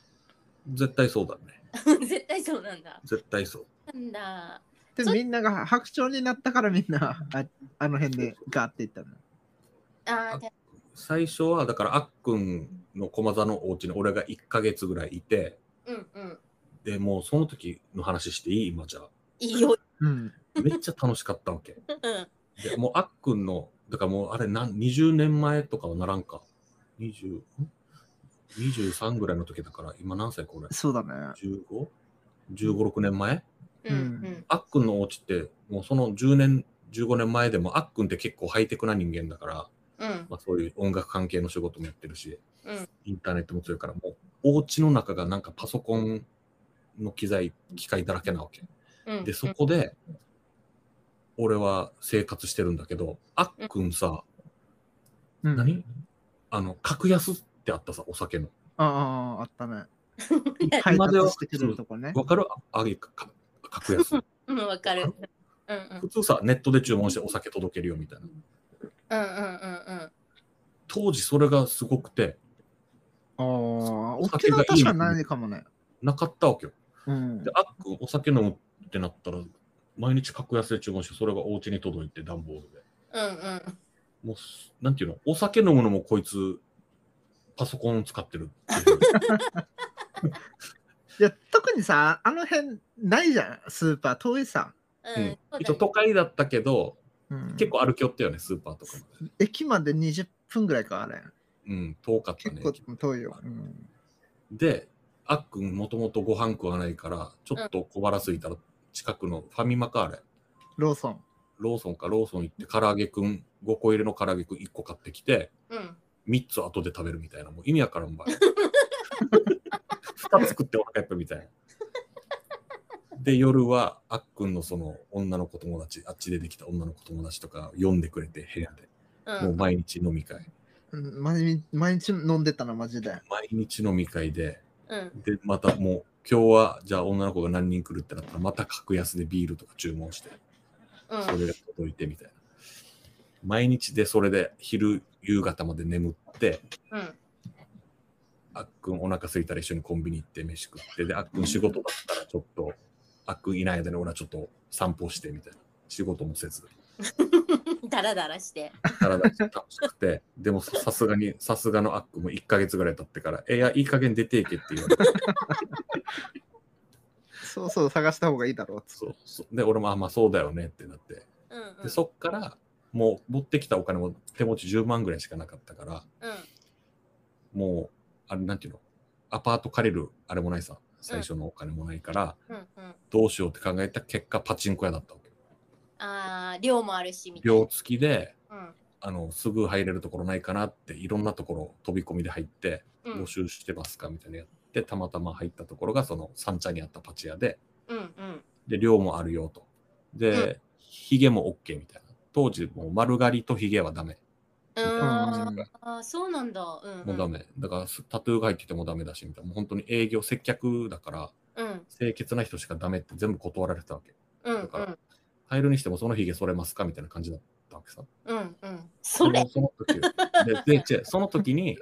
Speaker 3: 絶対そうだね。
Speaker 2: 絶対そうなんだ。
Speaker 3: 絶対そう。
Speaker 2: なんだ。
Speaker 1: で、みんなが白鳥になったからみん な、ああの辺でガーっていったの。
Speaker 2: あーた
Speaker 3: 最初はだからあっくんの駒座のお家に俺が1ヶ月ぐらいいて
Speaker 2: うんうん。
Speaker 3: でもうその時の話していい今じゃ
Speaker 2: いいよ。
Speaker 1: うん。
Speaker 3: めっちゃ楽しかったわけ
Speaker 2: うん。
Speaker 3: でもうあっくんのだからもうあれなん20年前とかはならんか20ん23ぐらいの時だから今何歳これ
Speaker 1: そうだね。
Speaker 3: 15?15、6年前
Speaker 2: うんうん。
Speaker 3: あっくんのお家ってもうその10年15年前でもあっくんって結構ハイテクな人間だから、
Speaker 2: うん。
Speaker 3: まあ、そういう音楽関係の仕事もやってるし、
Speaker 2: うん
Speaker 3: インターネットも強いからもうお家の中がなんかパソコンの機材機械だらけなわけ
Speaker 2: うん。
Speaker 3: でそこで俺は生活してるんだけどあっくんさ、
Speaker 1: うん、
Speaker 3: 何あの格安ってあったさお酒の
Speaker 1: ああ、あったね。
Speaker 2: や
Speaker 1: 配
Speaker 3: 今では
Speaker 1: 達してくれるとこね。
Speaker 3: わかるあげかか格安
Speaker 2: うん、わかる。うんう
Speaker 3: 普
Speaker 2: ん。
Speaker 3: 通さネットで注文してお酒届けるよみたいな
Speaker 2: うんうんうんうん。
Speaker 3: 当時それがすごくて
Speaker 1: ああ、
Speaker 3: お
Speaker 1: 大き
Speaker 3: 酒
Speaker 1: な
Speaker 3: がいい
Speaker 1: 確かにないかもね。
Speaker 3: なかったわけよ
Speaker 1: うん
Speaker 3: で、。あっくん、お酒飲むってなったら、毎日格安で注文して、それがお家に届いて、段ボールで。
Speaker 2: うんうん。
Speaker 3: もうす、なんていうの、お酒飲むのもこいつ、パソコン使ってるっていう
Speaker 1: いや、特にさ、あの辺ないじゃん、スーパー、遠いさ。
Speaker 2: う
Speaker 3: うんん。一応都会だったけど、
Speaker 1: うん、
Speaker 3: 結構歩き寄ったよね、スーパーとかまで。
Speaker 1: 駅まで20分ぐらいか、あれ。
Speaker 3: うん、遠かった
Speaker 1: 結
Speaker 3: ね。
Speaker 1: 構遠いよ。うん、
Speaker 3: で、あっくん、もともとご飯食わないから、ちょっと小腹すいたら、近くのファミマかあれ、
Speaker 1: ローソン。
Speaker 3: ローソンかローソン行って、唐揚げくん、5個入れの唐揚げくん1個買ってきて、
Speaker 2: うん。
Speaker 3: 3つ後で食べるみたいな、もう意味わからんばい。2つ食ってお腹いっぱいみたいな。で、夜はあっくんのその女の子友達、あっちでできた女の子友達とか呼んでくれて部屋で、
Speaker 2: う。
Speaker 3: もうん毎日飲み会。
Speaker 1: うん毎日毎日飲んでたな、マジで。
Speaker 3: 毎日飲み会で、
Speaker 2: うん。
Speaker 3: で、またもう今日はじゃあ女の子が何人来るってなったら、また格安でビールとか注文して、
Speaker 2: うん
Speaker 3: それが届いてみたいな。毎日でそれで昼、夕方まで眠って、
Speaker 2: うん。
Speaker 3: あっくんお腹空いたら一緒にコンビニ行って飯食ってであっくん仕事だったらちょっとあっくんいない間に俺はちょっと散歩してみたいな仕事もせず
Speaker 2: だらだらして。
Speaker 3: 体が楽しくて でもささすがにさすがのあっくんも1ヶ月ぐらい経ってから「えいやいい加減出ていけ」って言われて
Speaker 1: そうそう、探した方がいいだろう。
Speaker 3: そうそうで俺も「あまあそうだよね」ってなって
Speaker 2: うんうん。
Speaker 3: でそっからもう持ってきたお金も手持ち10万ぐらいしかなかったから
Speaker 2: うん。
Speaker 3: もうあれなんていうのアパート借りるあれもないさ最初のお金もないから、
Speaker 2: うんうん。
Speaker 3: どうしようって考えた結果パチンコ屋だったわけ。
Speaker 2: ああ、量もあるしみたいな。
Speaker 3: 秒付きで
Speaker 2: うん。
Speaker 3: あのすぐ入れるところないかなっていろんなところ飛び込みで入って
Speaker 2: う
Speaker 3: 募
Speaker 2: ん。
Speaker 3: 集してますかみたいなのやってたまたま入ったところがその三茶にあったパチ屋で
Speaker 2: うんうん。
Speaker 3: で量もあるよと
Speaker 2: う
Speaker 3: でヒゲも OK みたいな当時もう丸刈りとヒゲはダメ
Speaker 2: う
Speaker 3: みたい
Speaker 2: ん。
Speaker 3: な
Speaker 2: ああ、そうなんだ。うん、うん。
Speaker 3: もうダメだからすタトゥーが入っててもダメだしみたいなもう本当に営業接客だか
Speaker 2: う
Speaker 3: ら
Speaker 2: ん。
Speaker 3: 清潔な人しかダメって全部断られてたわけ
Speaker 2: うん。う
Speaker 3: だから
Speaker 2: ん。
Speaker 3: 入るにしてもそのヒゲ剃れますかみたいな感じだったわけさ
Speaker 2: うん。うん。そ
Speaker 3: で
Speaker 2: れ。
Speaker 3: もその時でで違うその時に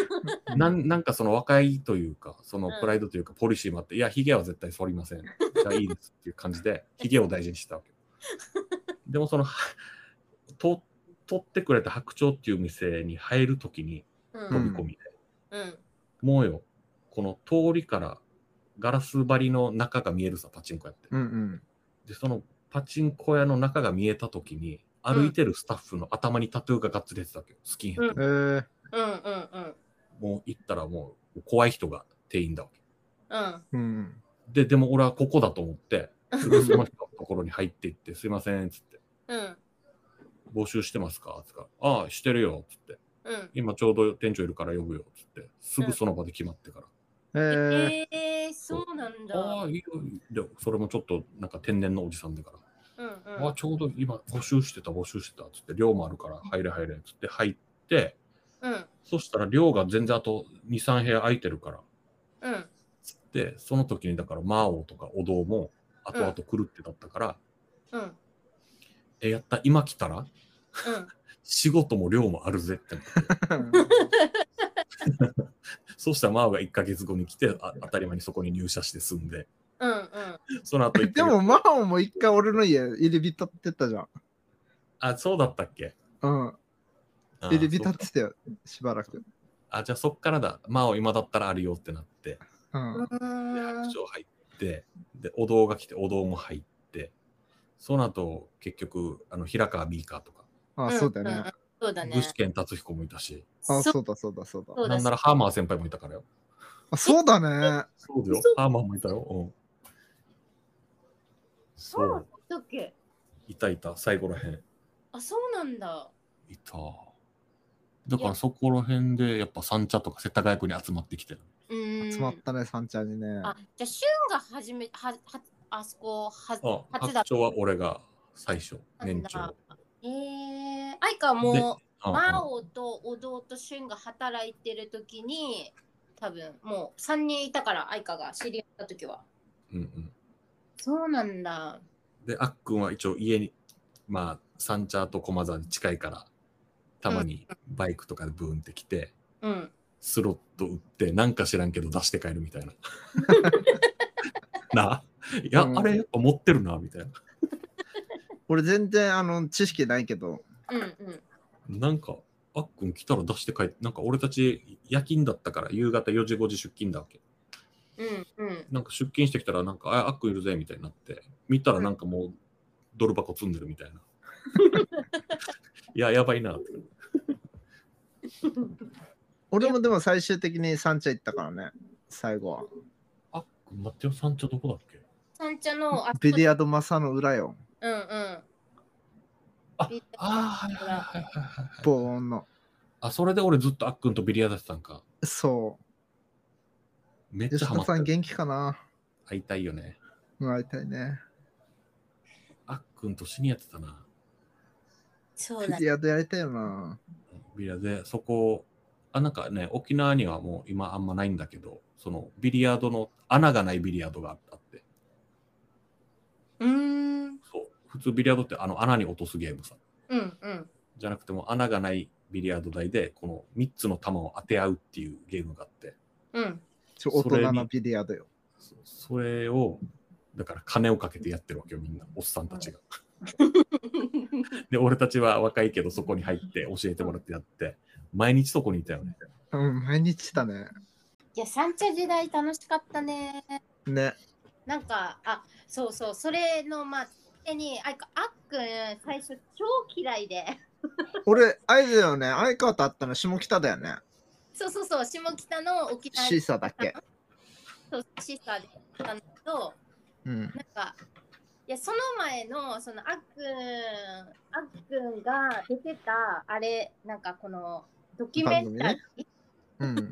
Speaker 3: なんなんかその和解というか、その
Speaker 2: うん
Speaker 3: プライドというか、ポリシーもあって、いや、ヒゲは絶対剃りません。じゃあいいですっていう感じで、ヒゲを大事にしてたわけ。でもその、はと取ってくれた白鳥っていう店に入るときに、
Speaker 2: う
Speaker 3: 飛び
Speaker 2: ん。
Speaker 3: 込みで、
Speaker 2: うん。
Speaker 3: もうよ、この通りからガラス張りの中が見えるさ、パチンコやって。
Speaker 1: うんうん。
Speaker 3: で、そのパチンコ屋の中が見えたときに、歩いてるスタッフの頭にタトゥーががっつり出てたわけよ、スキンヘッド
Speaker 1: え
Speaker 3: の。
Speaker 1: ー、
Speaker 2: うん。うん。うん。
Speaker 3: もう行ったらもう怖い人が店員だわけ。
Speaker 1: う
Speaker 2: うん。
Speaker 1: ん。
Speaker 3: で、でも俺はここだと思って、すぐその人のところに入っていって、すいません、つって、
Speaker 2: うん。
Speaker 3: 募集してますかつって、ああ、してるよ、つって、
Speaker 2: うん。
Speaker 3: 今ちょうど店長いるから呼ぶよ、つって、すぐその場で決まってから、
Speaker 1: えー、
Speaker 2: ええー、そうなん
Speaker 3: あ
Speaker 2: だ。
Speaker 3: あ、いいよ。で、それもちょっと、なんか天然のおじさんだから。
Speaker 2: うん
Speaker 3: あちょうど今、募集してた、募集してた、つって、寮もあるから、入れ入れ、つって入って、
Speaker 2: うん。うん。
Speaker 3: そしたら寮が全然あと2、3部屋空いてるから、
Speaker 2: うん。
Speaker 3: つって、その時に、だから、魔王とかお堂も、後々来るってだったから、
Speaker 2: うん。
Speaker 3: え、やった、今来た
Speaker 2: う
Speaker 3: ら、
Speaker 2: ん。
Speaker 3: 仕事も寮もあるぜって。 そうしたら、魔王が1ヶ月後に来て、あ当たり前にそこに入社して住んで、
Speaker 2: うん。うん。
Speaker 3: その後行って
Speaker 1: でも、マオも一回俺の家入り浸ってたじゃん。
Speaker 3: あ、そうだったっけ
Speaker 1: うん。
Speaker 3: あ
Speaker 1: 入り浸
Speaker 3: そ
Speaker 1: っ
Speaker 3: って
Speaker 1: たよ、しばらく。
Speaker 3: あ、じゃあそっからだ、魔王今だったらあるよってなって、
Speaker 1: うん。
Speaker 2: う
Speaker 3: で
Speaker 2: ー
Speaker 3: 白
Speaker 2: ん。
Speaker 3: 鳥入って、で、お堂が来て、お堂も入って、その後、結局、あの、平川 B かとか、
Speaker 1: あ、そうだよ
Speaker 2: ん
Speaker 1: ね
Speaker 2: ん。。そうだ
Speaker 3: 具
Speaker 2: ね
Speaker 3: 志。堅達彦もいたし、
Speaker 1: あ、
Speaker 2: そ
Speaker 1: そうだそうだそうだ。
Speaker 2: そう
Speaker 3: な
Speaker 2: だ
Speaker 3: んならハーマー先輩もいたからよ。
Speaker 1: あ、そうだね。
Speaker 3: そうだよ
Speaker 2: 嘘。
Speaker 3: ハーマーもいたよ。うん。そ
Speaker 2: そう
Speaker 3: う、
Speaker 2: だっけ
Speaker 3: いたいた、最後らへん。
Speaker 2: あ、そうなんだ。
Speaker 3: いた。だからそこら辺で、やっぱ三茶とか世田谷区に集まってきてる。
Speaker 2: うーん。
Speaker 1: 集まったね、サンちゃんにね。
Speaker 2: あ、じゃあ、シュンが初め、は、は、あそこ、は
Speaker 3: あ、、
Speaker 2: 初
Speaker 3: 白
Speaker 2: だ。
Speaker 3: 鳥は俺が最初、年
Speaker 2: なん
Speaker 3: 長
Speaker 2: だ。ええー、愛かも、
Speaker 3: うんうん
Speaker 2: マオとお堂とシュンが働いてる時に、多分もう3人いたから、愛かが知り合った時は。
Speaker 3: うんうん。
Speaker 2: そうなんだ。
Speaker 3: で、あっくんは一応家に、まあ、三茶と駒沢に近いから、たまにバイクとかでブーンって来て、
Speaker 2: うん。
Speaker 3: スロット打って、なんか知らんけど出して帰るみ たいな。なあいや、
Speaker 1: うん
Speaker 3: あれやっぱ持ってるな、みたいな。
Speaker 1: 俺全然あの知識ないけど、
Speaker 2: うんうん。
Speaker 3: なんか、あっくん来たら出して帰って、なんか俺たち夜勤だったから、夕方4時5時出勤だわけ。
Speaker 2: うんうん。
Speaker 3: なんか出勤してきたら、なんか、ああっくんいるぜ、みたいになって、見たらなんかもう、ドル箱積んで るみたいな。いや、やばいな、って。
Speaker 1: 俺もでも最終的にサンチャ行ったからね、最後は。
Speaker 3: あっくん、待ってよ、三茶どこだっけ
Speaker 2: 三茶の、あ
Speaker 1: ビリヤードマサの裏よ、
Speaker 2: うんうん。
Speaker 3: あ
Speaker 2: ビリヤード
Speaker 3: ああ、はいはいはいはいはい。
Speaker 1: 防音の。
Speaker 3: あ、それで俺ずっとあっくんとビリヤードしてたんか。
Speaker 1: そ
Speaker 3: めっ
Speaker 1: う。
Speaker 3: ちゃ
Speaker 1: 吉
Speaker 3: ハマ
Speaker 1: 田
Speaker 3: った
Speaker 1: さん。元気かな
Speaker 3: 会いたいよね。
Speaker 1: うん会いたいね。
Speaker 3: あっくんと死にやってたな。
Speaker 2: そう
Speaker 1: ビ
Speaker 2: だ
Speaker 1: リ。ヤードやりたいよな。
Speaker 3: ビリヤードで、そこ、あ、なんかね、沖縄にはもう今あんまないんだけど、そのビリヤードの穴がないビリヤードがあったって。
Speaker 2: うーん。
Speaker 3: そう。普通ビリヤードってあの穴に落とすゲームさ。
Speaker 2: うんうん。
Speaker 3: じゃなくても穴がないビリヤード台で、この3つの球を当て合うっていうゲームがあって、
Speaker 2: うん。
Speaker 1: ちょ大人のビリヤードよ。
Speaker 3: そそれを、だから金をかけてやってるわけよ、みんな、おっさんたちが。で、俺たちは若いけど、そこに入って教えてもらってやって、毎日そこにいたよね。
Speaker 1: うん、毎日だね。
Speaker 2: いや、三茶時代楽しかったね。
Speaker 1: ね。
Speaker 2: なんか、あ、そうそう、それの、まあ、手に、あいか、あっくん、最初、超嫌いで。
Speaker 1: 俺、あれだよね、相川と会ったの下北だよね。
Speaker 2: そうそうそう、下北の沖縄
Speaker 1: シーサーだっけ。
Speaker 2: とシーサーで行ったんだけど、
Speaker 1: うん。
Speaker 2: なんか、いや、その前の、その、あっくん、あっくんが出てた、あれ、なんかこの、ドキュメンタリ
Speaker 1: 番
Speaker 2: ー
Speaker 1: うん。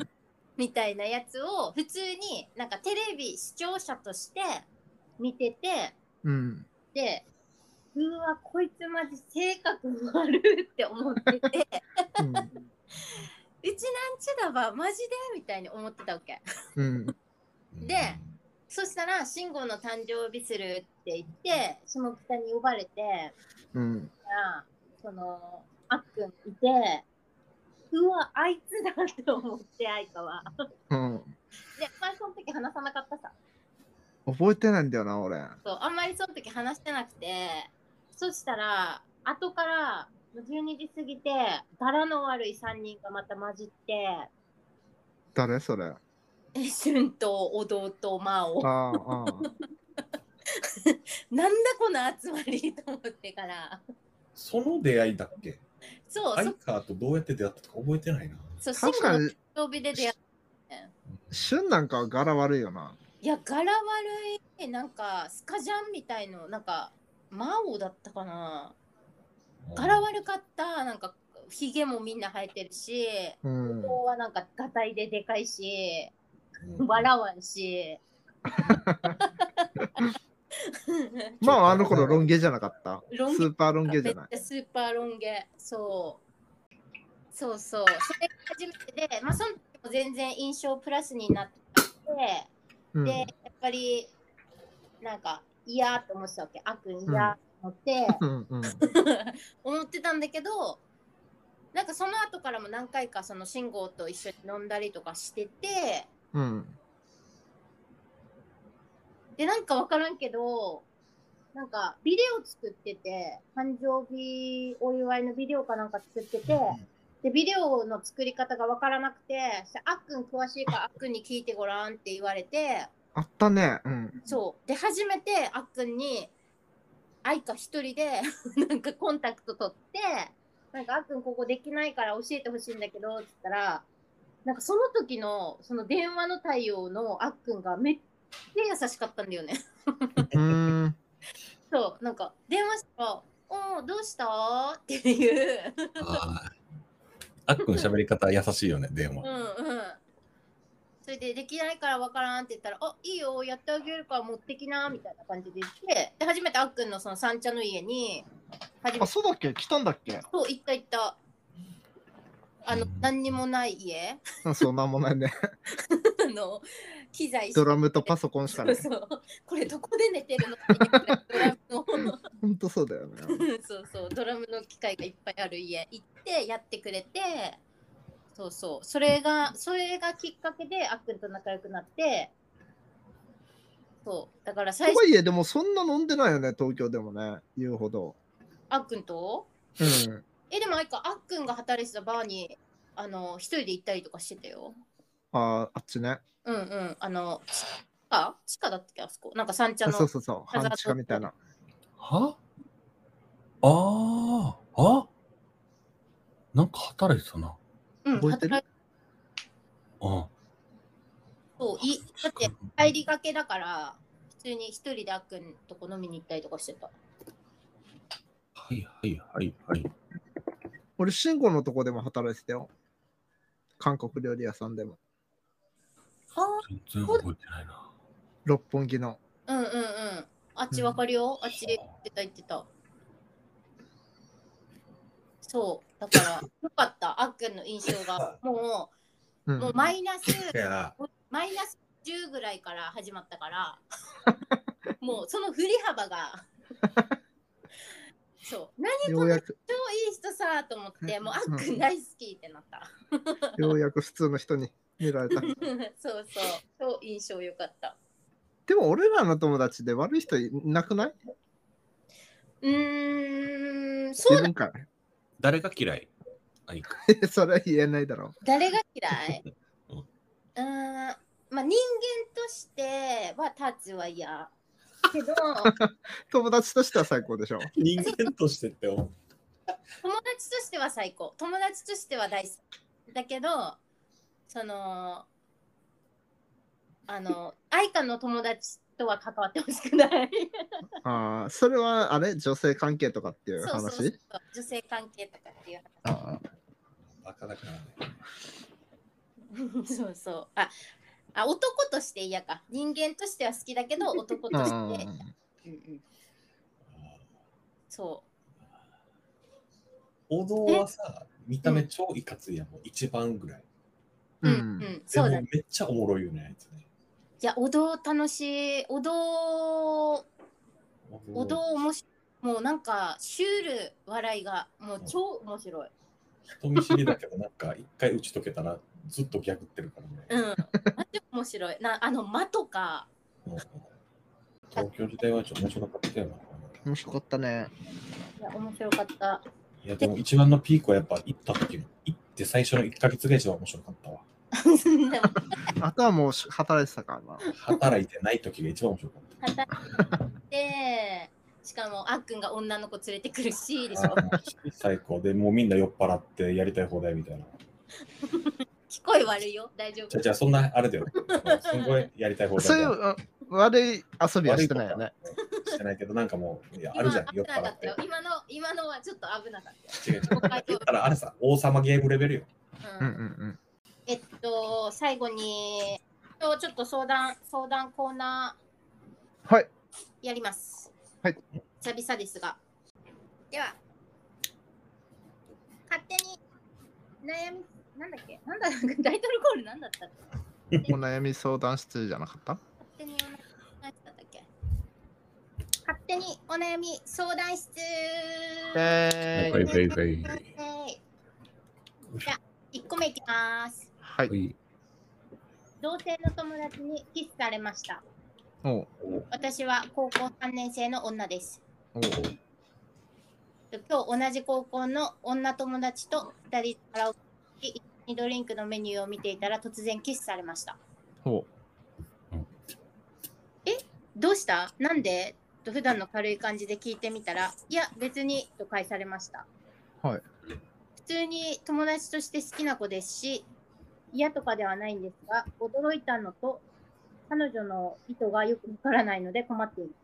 Speaker 2: みたいなやつを、普通になんかテレビ視聴者として見てて、
Speaker 1: うん。
Speaker 2: で、うわ、こいつマジ性格悪いって思ってて、
Speaker 1: うん。
Speaker 2: うちなんちだばマジでみたいに思ってたわけ。
Speaker 1: うん。
Speaker 2: でそしたら、慎吾の誕生日するって言って、下北に呼ばれて、
Speaker 1: うん。
Speaker 2: からその、あっくんいて、うわ、あいつだって思って、愛花は。
Speaker 1: うん。
Speaker 2: で、あんまりその時話さなかったさ。
Speaker 1: 覚えてないんだよな、俺。
Speaker 2: そう、あんまりその時話してなくて、そしたら、後から、12時過ぎて、柄の悪い3人がまた混じって、
Speaker 1: 誰それ。あ
Speaker 2: え、春とお堂と真央。
Speaker 1: あ、ああ。
Speaker 2: なんだこの集まりと思ってから。
Speaker 3: その出会いだっけ
Speaker 2: そう、
Speaker 3: アイカーとどうやって出会ったか覚えてないな。
Speaker 2: そう、そう、
Speaker 1: 確
Speaker 2: 慎吾
Speaker 1: か
Speaker 2: の
Speaker 1: に、
Speaker 2: 誕生日で出会っ
Speaker 1: 旬なんかは柄悪いよな。
Speaker 2: いや、柄悪い、なんか、スカジャンみたいの、なんか、魔王だったかな。柄悪かった、なんか、ひげもみんな生えてるし、
Speaker 1: うん。
Speaker 2: 顔はなんか、がたいででかいし、
Speaker 3: うん
Speaker 2: 笑わんし、
Speaker 1: まああの頃ロン毛じゃなかった。
Speaker 2: ロン毛
Speaker 1: スーパーロン毛じゃない。
Speaker 2: めっちゃスーパーロン毛。そう。そうそう。それが初めてで、まあ、その時も全然印象プラスになって、
Speaker 1: うん
Speaker 2: で、やっぱり、なんか、嫌と思ってたわけ。あっくん嫌と思って、
Speaker 1: うんうん
Speaker 2: 思ってたんだけど、なんかその後からも何回かその信号と一緒に飲んだりとかしてて、
Speaker 1: うん
Speaker 2: で、なんかわからんけど、なんかビデオ作ってて、誕生日お祝いのビデオかなんか作ってて、で、ビデオの作り方がわからなくて、そしたらあっくん詳しいからあっくんに聞いてごらんって言われて、
Speaker 1: あったね。うん。
Speaker 2: そう。で、初めてあっくんに、愛花一人で、 なんかコンタクト取って、なんかあっくんここできないから教えてほしいんだけど、って言ったら、なんかその時の、その電話の対応のあっくんがめっちゃ優しかったんだよね。
Speaker 1: うーん。
Speaker 2: そう、なんか電話したら、おーどうしたっていう。
Speaker 3: ああっくん喋り方優しいよね、電
Speaker 2: う
Speaker 3: 話。
Speaker 2: んうん。それで、できないからわからんって言ったら、あいいよ、やってあげるから持ってきな、みたいな感じで言って、で、初めてあっくんのその三茶の家に、初め
Speaker 1: あ、
Speaker 2: て、
Speaker 1: そうだっけ来たんだっけ
Speaker 2: そう、行った行った。あの
Speaker 3: うん、
Speaker 2: 何にもない 家
Speaker 1: あそうなんもないね。
Speaker 2: あの、機材して
Speaker 1: ドラムとパソコンしかない。
Speaker 2: そうそうこれどこで寝てるのっていうくらいドラムの
Speaker 1: ほんとそうだよね。
Speaker 2: そうそうドラムの機械がいっぱいある家行ってやってくれてそうそうそれがそれがきっかけであっくんと仲良くなってそうだから
Speaker 1: と
Speaker 2: 最初
Speaker 1: はいえ、でもそんな飲んでないよね、東京でもね。言うほど。
Speaker 2: あっくんと
Speaker 1: うん。
Speaker 2: えでもあいかあっくんが働いてたバーにあの一人で行ったりとかしてたよ
Speaker 1: あーあっちね。
Speaker 2: うんうんあの地下地下だったっけあそこなんか三茶
Speaker 1: あ
Speaker 2: の
Speaker 1: そうそうそう。
Speaker 2: ハザード
Speaker 1: 半地下みたいな。
Speaker 3: はああ、あなんか働いてたな。
Speaker 2: うん
Speaker 1: 覚えてる
Speaker 2: 働い
Speaker 3: あ
Speaker 2: そういだって帰りがけだから普通に一人であっくんとこ飲みに行ったりとかしてた
Speaker 3: はいはいはいはい。
Speaker 1: 俺、慎吾のとこでも働いてたよ。韓国料理屋さんでも。
Speaker 2: ああ
Speaker 3: 全然覚えてないな。
Speaker 1: 六本木の。
Speaker 2: うんうんうん。あっちわかるよ。あっち言ってた言ってた。そう。だから、よかった。あっくんの印象が。も
Speaker 1: う
Speaker 2: う、
Speaker 1: ん
Speaker 2: もう。マイナス、
Speaker 3: いや、
Speaker 2: マイナス10ぐらいから始まっ たから、もうその振り幅が。そう。何
Speaker 1: ようやく、
Speaker 2: 超いい人さと思って、もうあっく
Speaker 1: うん
Speaker 2: ん大好きってなった。
Speaker 1: ようやく普通の人に 見られた。
Speaker 2: そうそう。超印象良かった。
Speaker 1: でも俺らの友達で悪い人いなくないう
Speaker 2: ーん、そう
Speaker 1: 自
Speaker 2: だ。
Speaker 1: 分 から。
Speaker 3: 誰が嫌いあいか。
Speaker 1: それは言えないだろ
Speaker 2: 誰が嫌 い
Speaker 3: うん
Speaker 2: うーんまあ人間としてはタツは嫌 けど友達
Speaker 1: う。友達としては最高でしょ。
Speaker 3: 人間としてって思う。
Speaker 2: としては最高友達としては大好きだけどそのあの愛花の友達とは関わってほしくない
Speaker 1: ああ、それはあれ女性関係とかっていう
Speaker 2: そうそうそう
Speaker 1: 話
Speaker 2: 女性関係とかっていう
Speaker 1: あ
Speaker 3: バカだからね。
Speaker 2: 話そうそうああ男として嫌か人間としては好きだけど男と
Speaker 1: あ
Speaker 2: し
Speaker 1: う
Speaker 2: て、
Speaker 1: ん
Speaker 2: うんうん、そう
Speaker 3: 王道はさ、見た目超いかついやん、もう一番ぐらい。
Speaker 1: う
Speaker 2: うんん、
Speaker 1: う
Speaker 2: うんん、
Speaker 3: で
Speaker 2: そう
Speaker 3: も
Speaker 2: だね。
Speaker 3: めっちゃおもろいよね、あいつね。
Speaker 2: いや、お堂楽しい。お堂、お堂面白い。もうなんか、シュール笑いが、もう超面白い。
Speaker 3: 人見知りだけど、なんか一回打ち解けたらずっとギャグってるから ね。
Speaker 2: うん。マジ面白い。な、あの、間とか、
Speaker 3: うん東京時代はちょっと面白かったよな。
Speaker 1: 面白かったね。
Speaker 2: いや、面白かった。
Speaker 3: いや、でも一番のピークはやっぱ行った時の、行って最初の1ヶ月が一番面白かったわ。
Speaker 2: でも、
Speaker 1: あとはもう働いてたからな。
Speaker 3: 働いてない時が一番面白かった。
Speaker 2: 働いて、しかも、あっくんが女の子連れてくるし、 でしょ。
Speaker 3: あー最高でもうみんな酔っ払ってやりたい放題みたいな。
Speaker 2: 聞こえ悪いよ。大丈
Speaker 3: じ
Speaker 2: 夫
Speaker 3: ゃ。じゃあそんなあれ だよ。すごいやりたい放題
Speaker 1: そういう
Speaker 3: だ
Speaker 1: うん悪い遊びはしてないよね。
Speaker 3: してないけどなんかもういやある
Speaker 2: 今
Speaker 3: じゃん酔
Speaker 2: 危
Speaker 3: っ
Speaker 2: なか
Speaker 3: 払っ
Speaker 2: った
Speaker 3: て
Speaker 2: よ。。今の、今のはちょっと危なかっ
Speaker 3: 違う違う
Speaker 2: たよ。北海
Speaker 3: 言
Speaker 2: 道
Speaker 3: ったらあれさ王様ゲームレベルよ。
Speaker 1: うん
Speaker 2: う
Speaker 1: うん
Speaker 2: ん
Speaker 1: うん。
Speaker 2: えっと、最後に、とちょっと相談、相談コーナ
Speaker 1: はい。
Speaker 2: ーやります。
Speaker 1: はい。
Speaker 2: 久々ですが。では、勝手に悩み、なんだっけなんだタイトルコールなんだったっけ
Speaker 1: お悩み相談室じゃなか った
Speaker 2: 勝手にお悩み相談室だったっけ勝手にお悩み相談室
Speaker 1: えー
Speaker 3: はい
Speaker 1: い。
Speaker 3: はいはい
Speaker 2: イエーイじゃあ、1個目いきます。
Speaker 1: はい。
Speaker 3: はい。
Speaker 2: 同性の友達にキスされました。
Speaker 1: おう
Speaker 2: 私は高校3年生の女です。
Speaker 1: おう
Speaker 2: 今日同じ高校の女友達と2人カラオケに一緒にドリンクのメニューを見ていたら突然キスされました。
Speaker 1: おう
Speaker 2: どうしたなんでと普段の軽い感じで聞いてみたら、いや、別にと返されました。
Speaker 1: はい。
Speaker 2: 普通に友達として好きな子ですし、嫌とかではないんですが、驚いたのと、彼女の意図がよくわからないので困っています。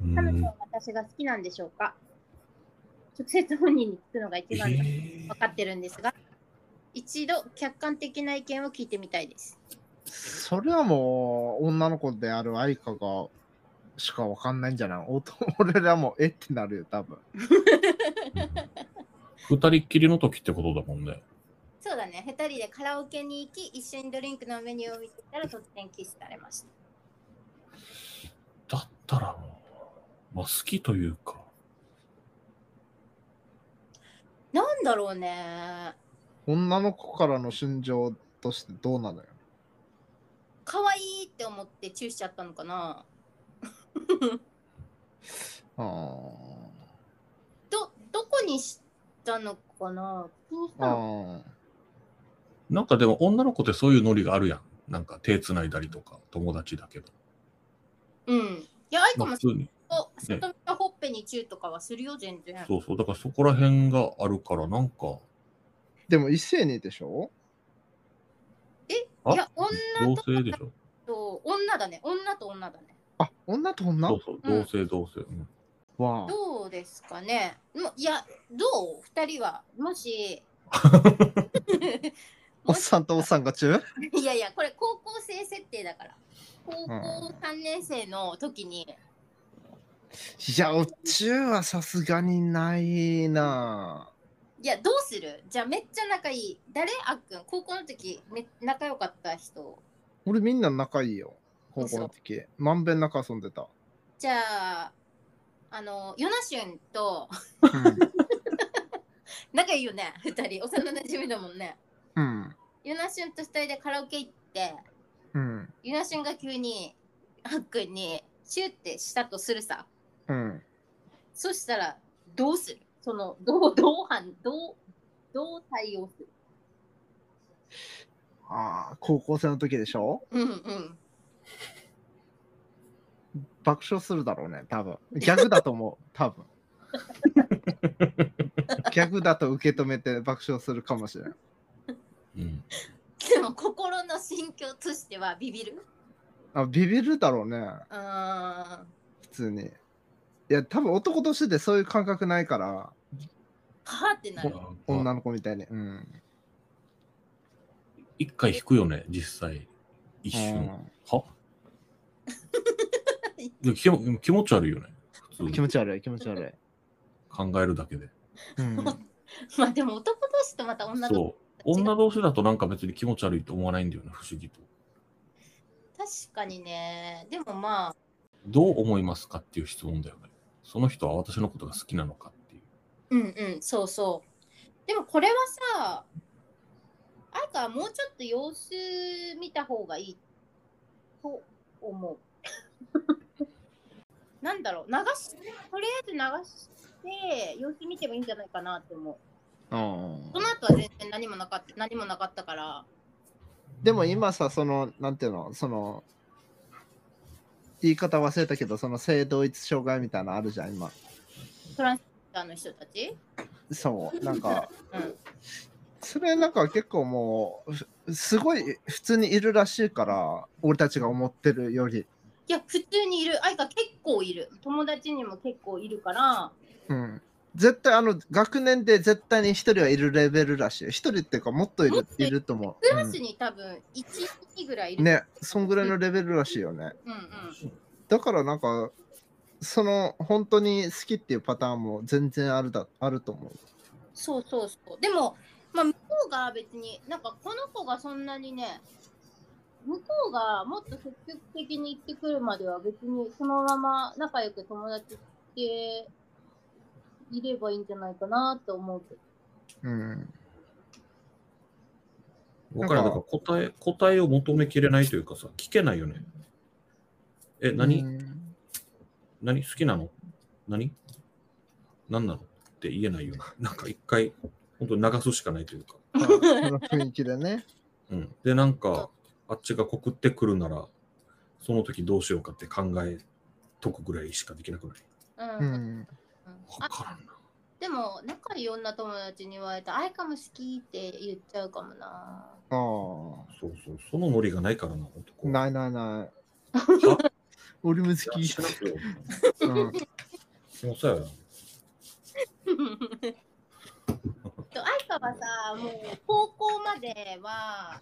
Speaker 3: うん
Speaker 2: 彼女は私が好きなんでしょうか直接本人に聞くのが 一番だと分かってるんですが、一度客観的な意見を聞いてみたいです。
Speaker 1: それはもう、女の子である愛花が、しかわかんないんじゃないおと俺らも、えってなるよ、多分。
Speaker 3: 二人っきりの時ってことだもんね。
Speaker 2: そうだね、2人でカラオケに行き、一緒にドリンクのメニューを見ていたら突然キスされました。
Speaker 3: だったらもう、まあ好きというか、
Speaker 2: なんだろうね、
Speaker 1: 女の子からの心情としてどうなのよ。
Speaker 2: 可愛いって思ってチューしちゃったのかな
Speaker 1: あ
Speaker 2: ど、どこにしたのかな気にした
Speaker 1: ー
Speaker 2: の
Speaker 1: あー。
Speaker 3: なんかでも女の子ってそういうノリがあるやん。なんか手つないだりとか、友達だけど。
Speaker 2: うん。いや、アイコ
Speaker 3: まあ
Speaker 2: も
Speaker 3: 普
Speaker 2: そ
Speaker 3: 通に。
Speaker 2: こ、里見がほっぺにチューとかはするよ、全然。
Speaker 3: そうそう。だからそこら辺があるから、なんか、
Speaker 1: でも、異性にでしょ
Speaker 3: あ
Speaker 2: いや、女と
Speaker 3: 同性でしょ。
Speaker 2: と女だね。女と女だね。
Speaker 1: あ、女と女
Speaker 3: そうそう。同性同性。うん
Speaker 1: わあ。
Speaker 2: どうですかね。もういや、どう二人は。もし。
Speaker 1: お
Speaker 2: も
Speaker 1: っ
Speaker 2: し
Speaker 1: さんとおっさんが中
Speaker 2: いやいや、これ高校生設定だから。高校3年生の時に、
Speaker 1: いや、宇宙はさすがにないない
Speaker 2: や、どうするじゃあめっちゃ仲いい。誰あっくん、高校の時め仲良かった人。
Speaker 1: ぁ。俺みんな仲いいよ。高校の時。まんべんなく遊んでた。
Speaker 2: じゃあ、あの、ヨナシュンと 仲いいよね、二人。幼なじみだもんね。
Speaker 1: うん。
Speaker 2: ヨナシュンと二人でカラオケ行って、
Speaker 1: うん。
Speaker 2: ユナシュンが急にハックンにシュってしたとするさ
Speaker 1: うん。
Speaker 2: そしたらどうするそのどうどう反どうどう対応する
Speaker 1: ああ、高校生の時でしょ
Speaker 2: うんうん
Speaker 1: 爆笑するだろうね、多分。ギャグだと思う、多分。ギャグだと受け止めて爆笑するかもしれない。
Speaker 3: うん。
Speaker 2: でも心の心境としてはビビる
Speaker 1: あビビるだろうね、
Speaker 2: うーん
Speaker 1: 普通に。いや、多分男としてでそういう感覚ないから、
Speaker 2: はあってなる
Speaker 1: 女の子みたいに。うん。
Speaker 3: 一回引くよね、実際。一
Speaker 1: う
Speaker 3: 瞬。
Speaker 1: ん
Speaker 3: は でも気もでも気持ち悪いよね。普通に
Speaker 1: 気持ち悪い、気持ち悪い。
Speaker 3: 考えるだけで。
Speaker 1: うん、
Speaker 2: まあでも男同士とまた女同士
Speaker 3: そう。女同士だとなんか別に気持ち悪いと思わないんだよね、不思議と。
Speaker 2: 確かにねでもまあ
Speaker 3: どう思いますかっていう質問だよね。その人は私のことが好きなのかっていう。
Speaker 2: うんうんそうそうでもこれはさあいかはもうちょっと様子見た方がいいと思う なんだろう流しとりあえず流して様子見てもいいんじゃないかなって思う
Speaker 1: うん
Speaker 2: その後は全然何もなかった何もなかったから
Speaker 1: でも今さ、その、なんていうの、その、言い方忘れたけど、その性同一障害みたいなのあるじゃん、今。
Speaker 2: トランスジェンダーの人たち
Speaker 1: そう、なんか、
Speaker 2: うん
Speaker 1: それなんか結構もう、ふすごい普通にいるらしいから、俺たちが思ってるより。
Speaker 2: いや普通にいるあいか結構いる友達にも結構いるから
Speaker 1: うん。絶対あの学年で絶対に一人はいるレベルらしい。一人っていうかもっとい
Speaker 2: もっ
Speaker 1: る
Speaker 2: とい
Speaker 1: い
Speaker 2: る
Speaker 1: ると思
Speaker 2: ク
Speaker 1: う、
Speaker 2: ラ
Speaker 1: う
Speaker 2: スに多分1、2ぐらいいる。
Speaker 1: ん。ね、そんぐらいのレベルらしいよね。
Speaker 2: うんうん。
Speaker 1: だからなんか、その本当に好きっていうパターンも全然あるだあると思
Speaker 2: そうそうそう。でも、まあ、向こうが別に、なんかこの子がそんなにね、向こうがもっと積極的に行ってくるまでは別にそのまま仲良く友達っていればいいんじゃないかなと思うけど。
Speaker 1: う。うん。
Speaker 3: 僕らだから答え、答えを求めきれないというかさ、聞けないよね。え、何、
Speaker 1: うん
Speaker 3: 何好きなの何何なのって言えないよね。なんか一回、本当流すしかないというか。
Speaker 1: あこの雰囲気でね。
Speaker 3: うん、で、なんか、あっちが告ってくるなら、その時どうしようかって考えとくぐらいしかできなくない。
Speaker 2: うん。
Speaker 1: う
Speaker 2: うん
Speaker 1: ん。
Speaker 3: わ
Speaker 2: あ
Speaker 3: からんな。
Speaker 2: でも、仲いい女友達に言われた、あいかも好きって言っちゃうかもな。
Speaker 1: あ
Speaker 3: そうそう、そのノリがないからな、
Speaker 1: あ。
Speaker 3: 男。
Speaker 1: ないないない。
Speaker 3: は
Speaker 1: 俺も
Speaker 3: い
Speaker 1: 好
Speaker 3: や
Speaker 1: き
Speaker 3: し。なくよ。
Speaker 1: うん
Speaker 3: もうそうやな。
Speaker 2: と愛花はさもう高校までは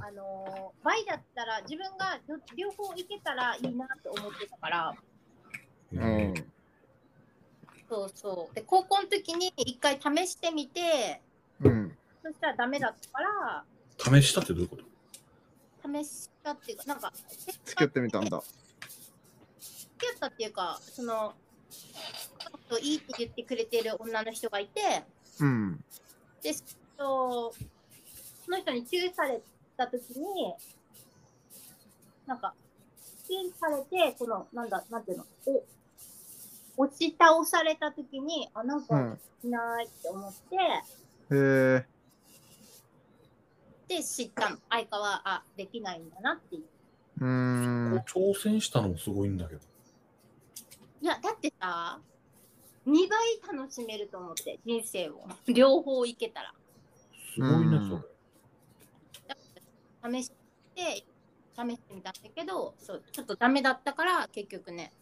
Speaker 2: あの倍だったら自分がど両方行けたらいいなと思ってたから
Speaker 1: うん。
Speaker 2: そうそうで高校の時に一回試してみて
Speaker 1: うん。
Speaker 2: そしたらダメだったから
Speaker 3: 試したってどういうこと
Speaker 2: 試したっていうかなんか
Speaker 1: 作ってみたんだ。
Speaker 2: 付き合ったっていうかそのちょっといいって言ってくれてる女の人がいて
Speaker 1: うん。
Speaker 2: で、そのその人に注意されたときに、なんか、注意されて、この、なんだ、なんていうの、お押し倒されたときに、あ、なん
Speaker 1: う
Speaker 2: か
Speaker 1: ん。
Speaker 2: いないって思って、
Speaker 1: へえ。
Speaker 2: で、知ったの。相川は、あ、できないんだなっていう。
Speaker 1: うーん。
Speaker 3: 挑戦したのもすごいんだけど。
Speaker 2: いや、だってさ、2倍楽しめると思って、人生を。両方いけたら。
Speaker 3: すごいね、
Speaker 1: うん
Speaker 3: それ。
Speaker 2: 試して試してみたんだけどそうちょっとダメだったから結局ね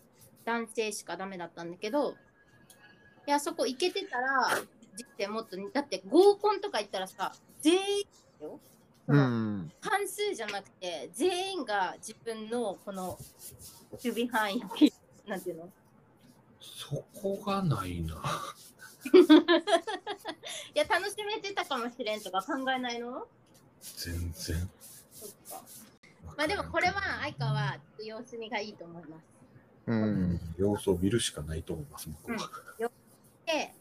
Speaker 2: 男性しかダメだったんだけどいやそこ行けてたら人生もっとだって合コンとか行ったらさ全員よそうの
Speaker 1: ん。
Speaker 2: 半数じゃなくて全員が自分のこの守備範囲なんていうの
Speaker 3: そこがないな。
Speaker 2: いや楽しめてたかもしれんとか考えないの
Speaker 3: 全然。
Speaker 2: そっかまあでもこれは相川は様子見がいいと思います
Speaker 1: う。
Speaker 3: うんん、様子を見るしかないと思います、僕は。
Speaker 2: で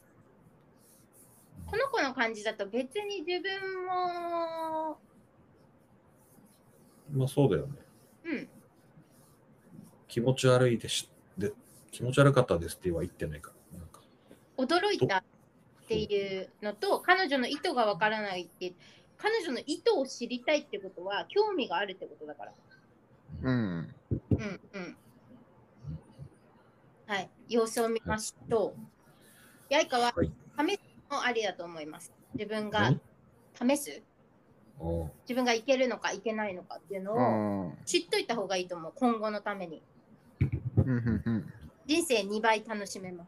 Speaker 2: この子の感じだと別に自分も、
Speaker 3: まあそうだよね。
Speaker 2: うん、
Speaker 3: 気持ち悪いでし、で、気持ち悪かったですっては言ってないから。なんか
Speaker 2: 驚いたっていうのと彼女の意図がわからないって彼女の意図を知りたいってことは興味があるってことだから。
Speaker 1: うん。
Speaker 2: うんうん。はい、様子を見ましょう。やいかは
Speaker 3: はい
Speaker 2: 試すもありだと思います。自分が試す
Speaker 3: うんああ
Speaker 2: 自分がいけるのかいけないのかっていう
Speaker 1: う
Speaker 2: のを
Speaker 1: ん。
Speaker 2: 知っといた方がいいと思う今後のために。
Speaker 1: うんうん
Speaker 2: 人生2倍楽しめます。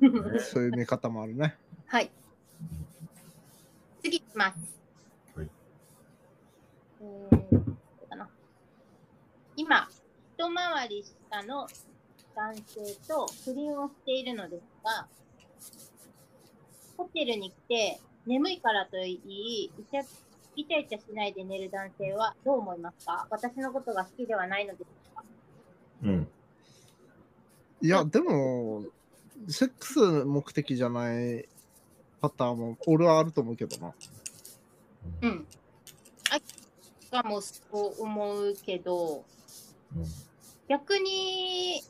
Speaker 1: うんそういう見方もあるね。
Speaker 2: はい。次いきます。
Speaker 3: はい
Speaker 2: えーどうかな今、一回り下の男性と不倫をしているのですが、ホテルに来て眠いからと言い、イチャイチャイチャしないで寝る男性はどう思いますか私のことが好きではないのですか
Speaker 3: うん。
Speaker 1: いや、でも、セックス目的じゃないパターンも俺はあると思うけどな。
Speaker 3: う。
Speaker 2: うんん。あ、がもうそう思うけど、
Speaker 3: うん
Speaker 2: 逆に、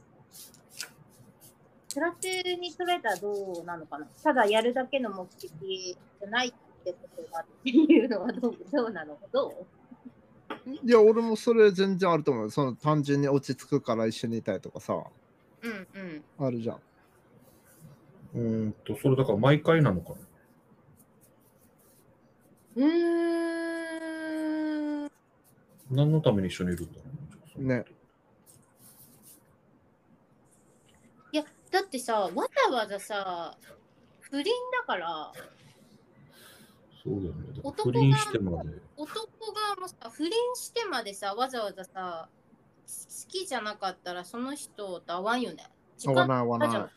Speaker 2: プラスに捉えたらどうなのかなただやるだけの目的じゃないってことだっていうのはどうどうなのどう
Speaker 1: いや、俺もそれ全然あると思う。その単純に落ち着くから一緒にいたいとかさ、
Speaker 2: うんうん。
Speaker 1: あるじゃん。
Speaker 3: うーんと、それだから毎回なのか
Speaker 2: う
Speaker 3: な。
Speaker 2: ーん。
Speaker 3: 何のために一緒にいるんだろう。
Speaker 1: ね。
Speaker 2: だってさ、わざわざさ、不倫だから、
Speaker 3: そうだよね。だから
Speaker 2: 男
Speaker 3: 不
Speaker 2: が
Speaker 3: 倫してまで。
Speaker 2: 男側もさ、不倫してまでさ、わざわざさ、す好きじゃなかったらその人と会わんよね。時
Speaker 1: 合わ
Speaker 2: 間
Speaker 1: ない合わ
Speaker 2: じゃ
Speaker 1: なんい。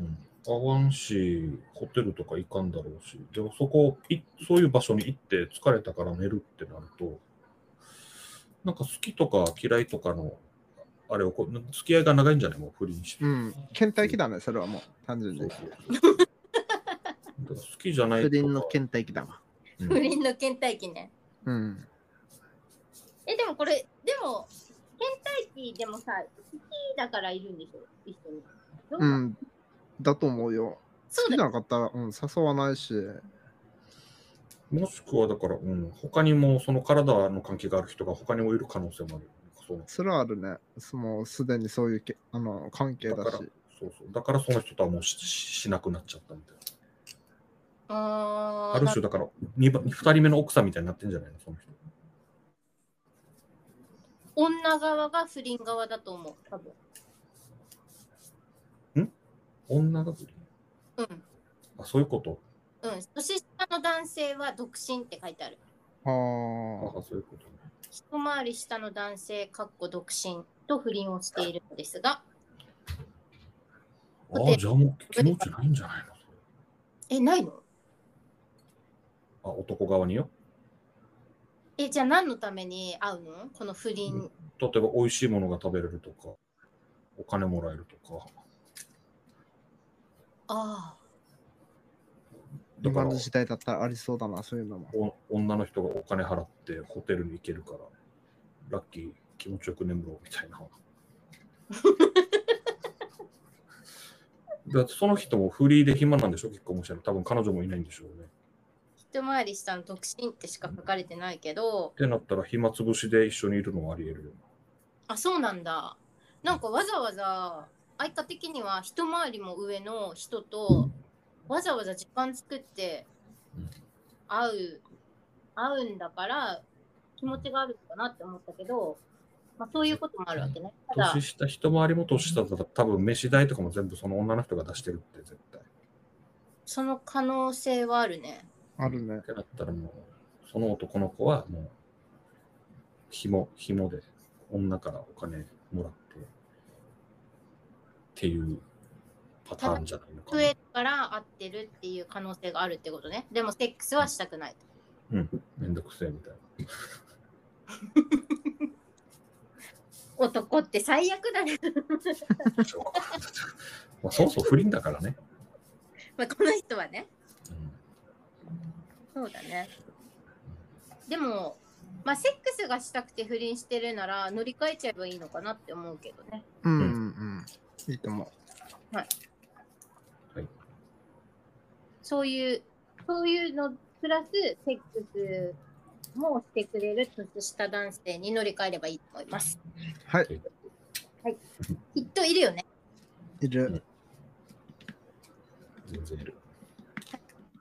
Speaker 3: うん、合わんし、ホテルとか行かんだろうし、でもそこい、そういう場所に行って疲れたから寝るってなると、なんか好きとか嫌いとかの、あれをこう、付き合いが長いんじゃないもう不倫して。
Speaker 1: うん。倦怠期だね、それはもう、単純
Speaker 3: そう
Speaker 1: に。
Speaker 3: そうそうだから好きじゃない
Speaker 1: 不
Speaker 3: とか
Speaker 1: 倫の倦怠期だわ。
Speaker 3: うん
Speaker 2: 不倫の倦怠期ね。
Speaker 1: うん。
Speaker 2: え、でもこれ、でも、倦怠期でもさ、好きだからいるんでしょ一緒に。ど
Speaker 1: う
Speaker 2: うなの
Speaker 1: ん。だと思うよ。
Speaker 2: そ
Speaker 1: 好
Speaker 2: うだ
Speaker 1: き
Speaker 2: よ
Speaker 1: なかったら、うん、誘わないし。
Speaker 3: もしくはだから、うん、他にもその体の関係がある人が他にもいる可能性もある。そう
Speaker 1: それはあるね。そもうすでにそういうけあの関係
Speaker 3: だ
Speaker 1: だ
Speaker 3: から
Speaker 1: し。
Speaker 3: そうそうだからその人とはもうしししなくなっちゃったみたいな。
Speaker 2: あー
Speaker 3: ある種だから 2, 番二人目の奥さんみたいになってんじゃないのその人。
Speaker 2: 女側が不倫側だと思う、多分。
Speaker 3: 女が不倫
Speaker 2: うん。
Speaker 3: あそういうこと
Speaker 2: うん。年下の男性は独身って書いてある。
Speaker 1: あー
Speaker 3: あそういうことね。
Speaker 2: 一回り下の男性、かっこ独身と不倫をしているのですが、だっ
Speaker 3: あ
Speaker 2: て
Speaker 3: あ、じゃあもう気持ちないんじゃないのそれ
Speaker 2: え、ないの
Speaker 3: あ男側によ。
Speaker 2: え、じゃあ何のために会うのこの不倫。
Speaker 3: 例えば美味しいものが食べれるとか、お金もらえるとか。
Speaker 2: ああ。
Speaker 3: だか
Speaker 1: 今
Speaker 3: ら
Speaker 1: の時代だったらありそうだな、そういうのも。
Speaker 3: お女の人がお金払ってホテルに行けるから、ラッキー、気持ちよく眠ろうみたいな。 だってその人もフリーで暇なんでしょ結婚もしてる。多分彼女もいないんでしょうね。
Speaker 2: 一回り下の独身ってしか書かれてないけど
Speaker 3: っ、てなったら暇つぶしで一緒にいるのもあり得るよ
Speaker 2: あ、そうなんだ。なんかわざわざ、相方的には一回りも上の人と、わざわざ時間作って
Speaker 3: うん
Speaker 2: 会う、会うんだから、気持ちがあるのかなって思ったけど、まあ、そういうこともあるわけね。ただ
Speaker 3: 年、下、一回りも年下だったら多分飯代とかも全部その女の人が出してるって絶対。
Speaker 2: その可能性はあるね。
Speaker 1: あるね
Speaker 3: っ。てなったらもう、その男の子はもう、紐、紐で女からお金もらって、っていうパターンじゃないのか
Speaker 2: 増
Speaker 3: な。
Speaker 2: えから合ってるっていう可能性があるってことね。でもセックスはしたくないと。
Speaker 3: めんどくせえみたいな。
Speaker 2: 男って最悪だね。
Speaker 3: まあ、そもそも不倫だからね。
Speaker 2: まあこの人はね。
Speaker 3: うん
Speaker 2: そうだね。でも、まあセックスがしたくて不倫してるなら乗り換えちゃえばいいのかなって思うけどね。
Speaker 1: うん、う
Speaker 3: うん
Speaker 1: ん、いいと思
Speaker 2: そういう、そういうのプラスセックスもしてくれる年下男性に乗り換えればいいと思います。
Speaker 1: う。はい、
Speaker 2: きっといるよね。
Speaker 1: いる。
Speaker 3: 全然いる。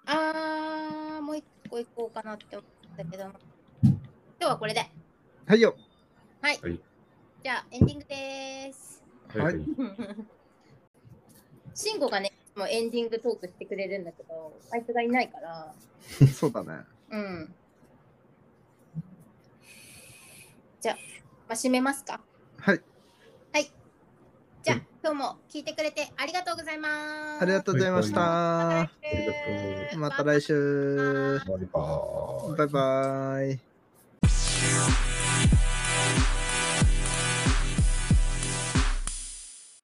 Speaker 2: あー、もう一個行こうかなって思ったけど、今日はこれで。
Speaker 1: はいよ。
Speaker 2: じゃあエンディングです。
Speaker 1: はい
Speaker 3: はい
Speaker 2: 慎吾がね、いつもエンディングトークしてくれるんだけど、あいつがいないから、
Speaker 1: そうだね。
Speaker 2: うん。じゃあ、まあ、締めますか。
Speaker 1: はい、
Speaker 2: じゃあ、今日も聞いてくれてありがとうございます。
Speaker 1: ありがとうございました。
Speaker 2: また
Speaker 3: あり
Speaker 2: 来
Speaker 3: が
Speaker 2: 週。
Speaker 1: また来週。
Speaker 3: バイバーイ。
Speaker 1: バイバイ。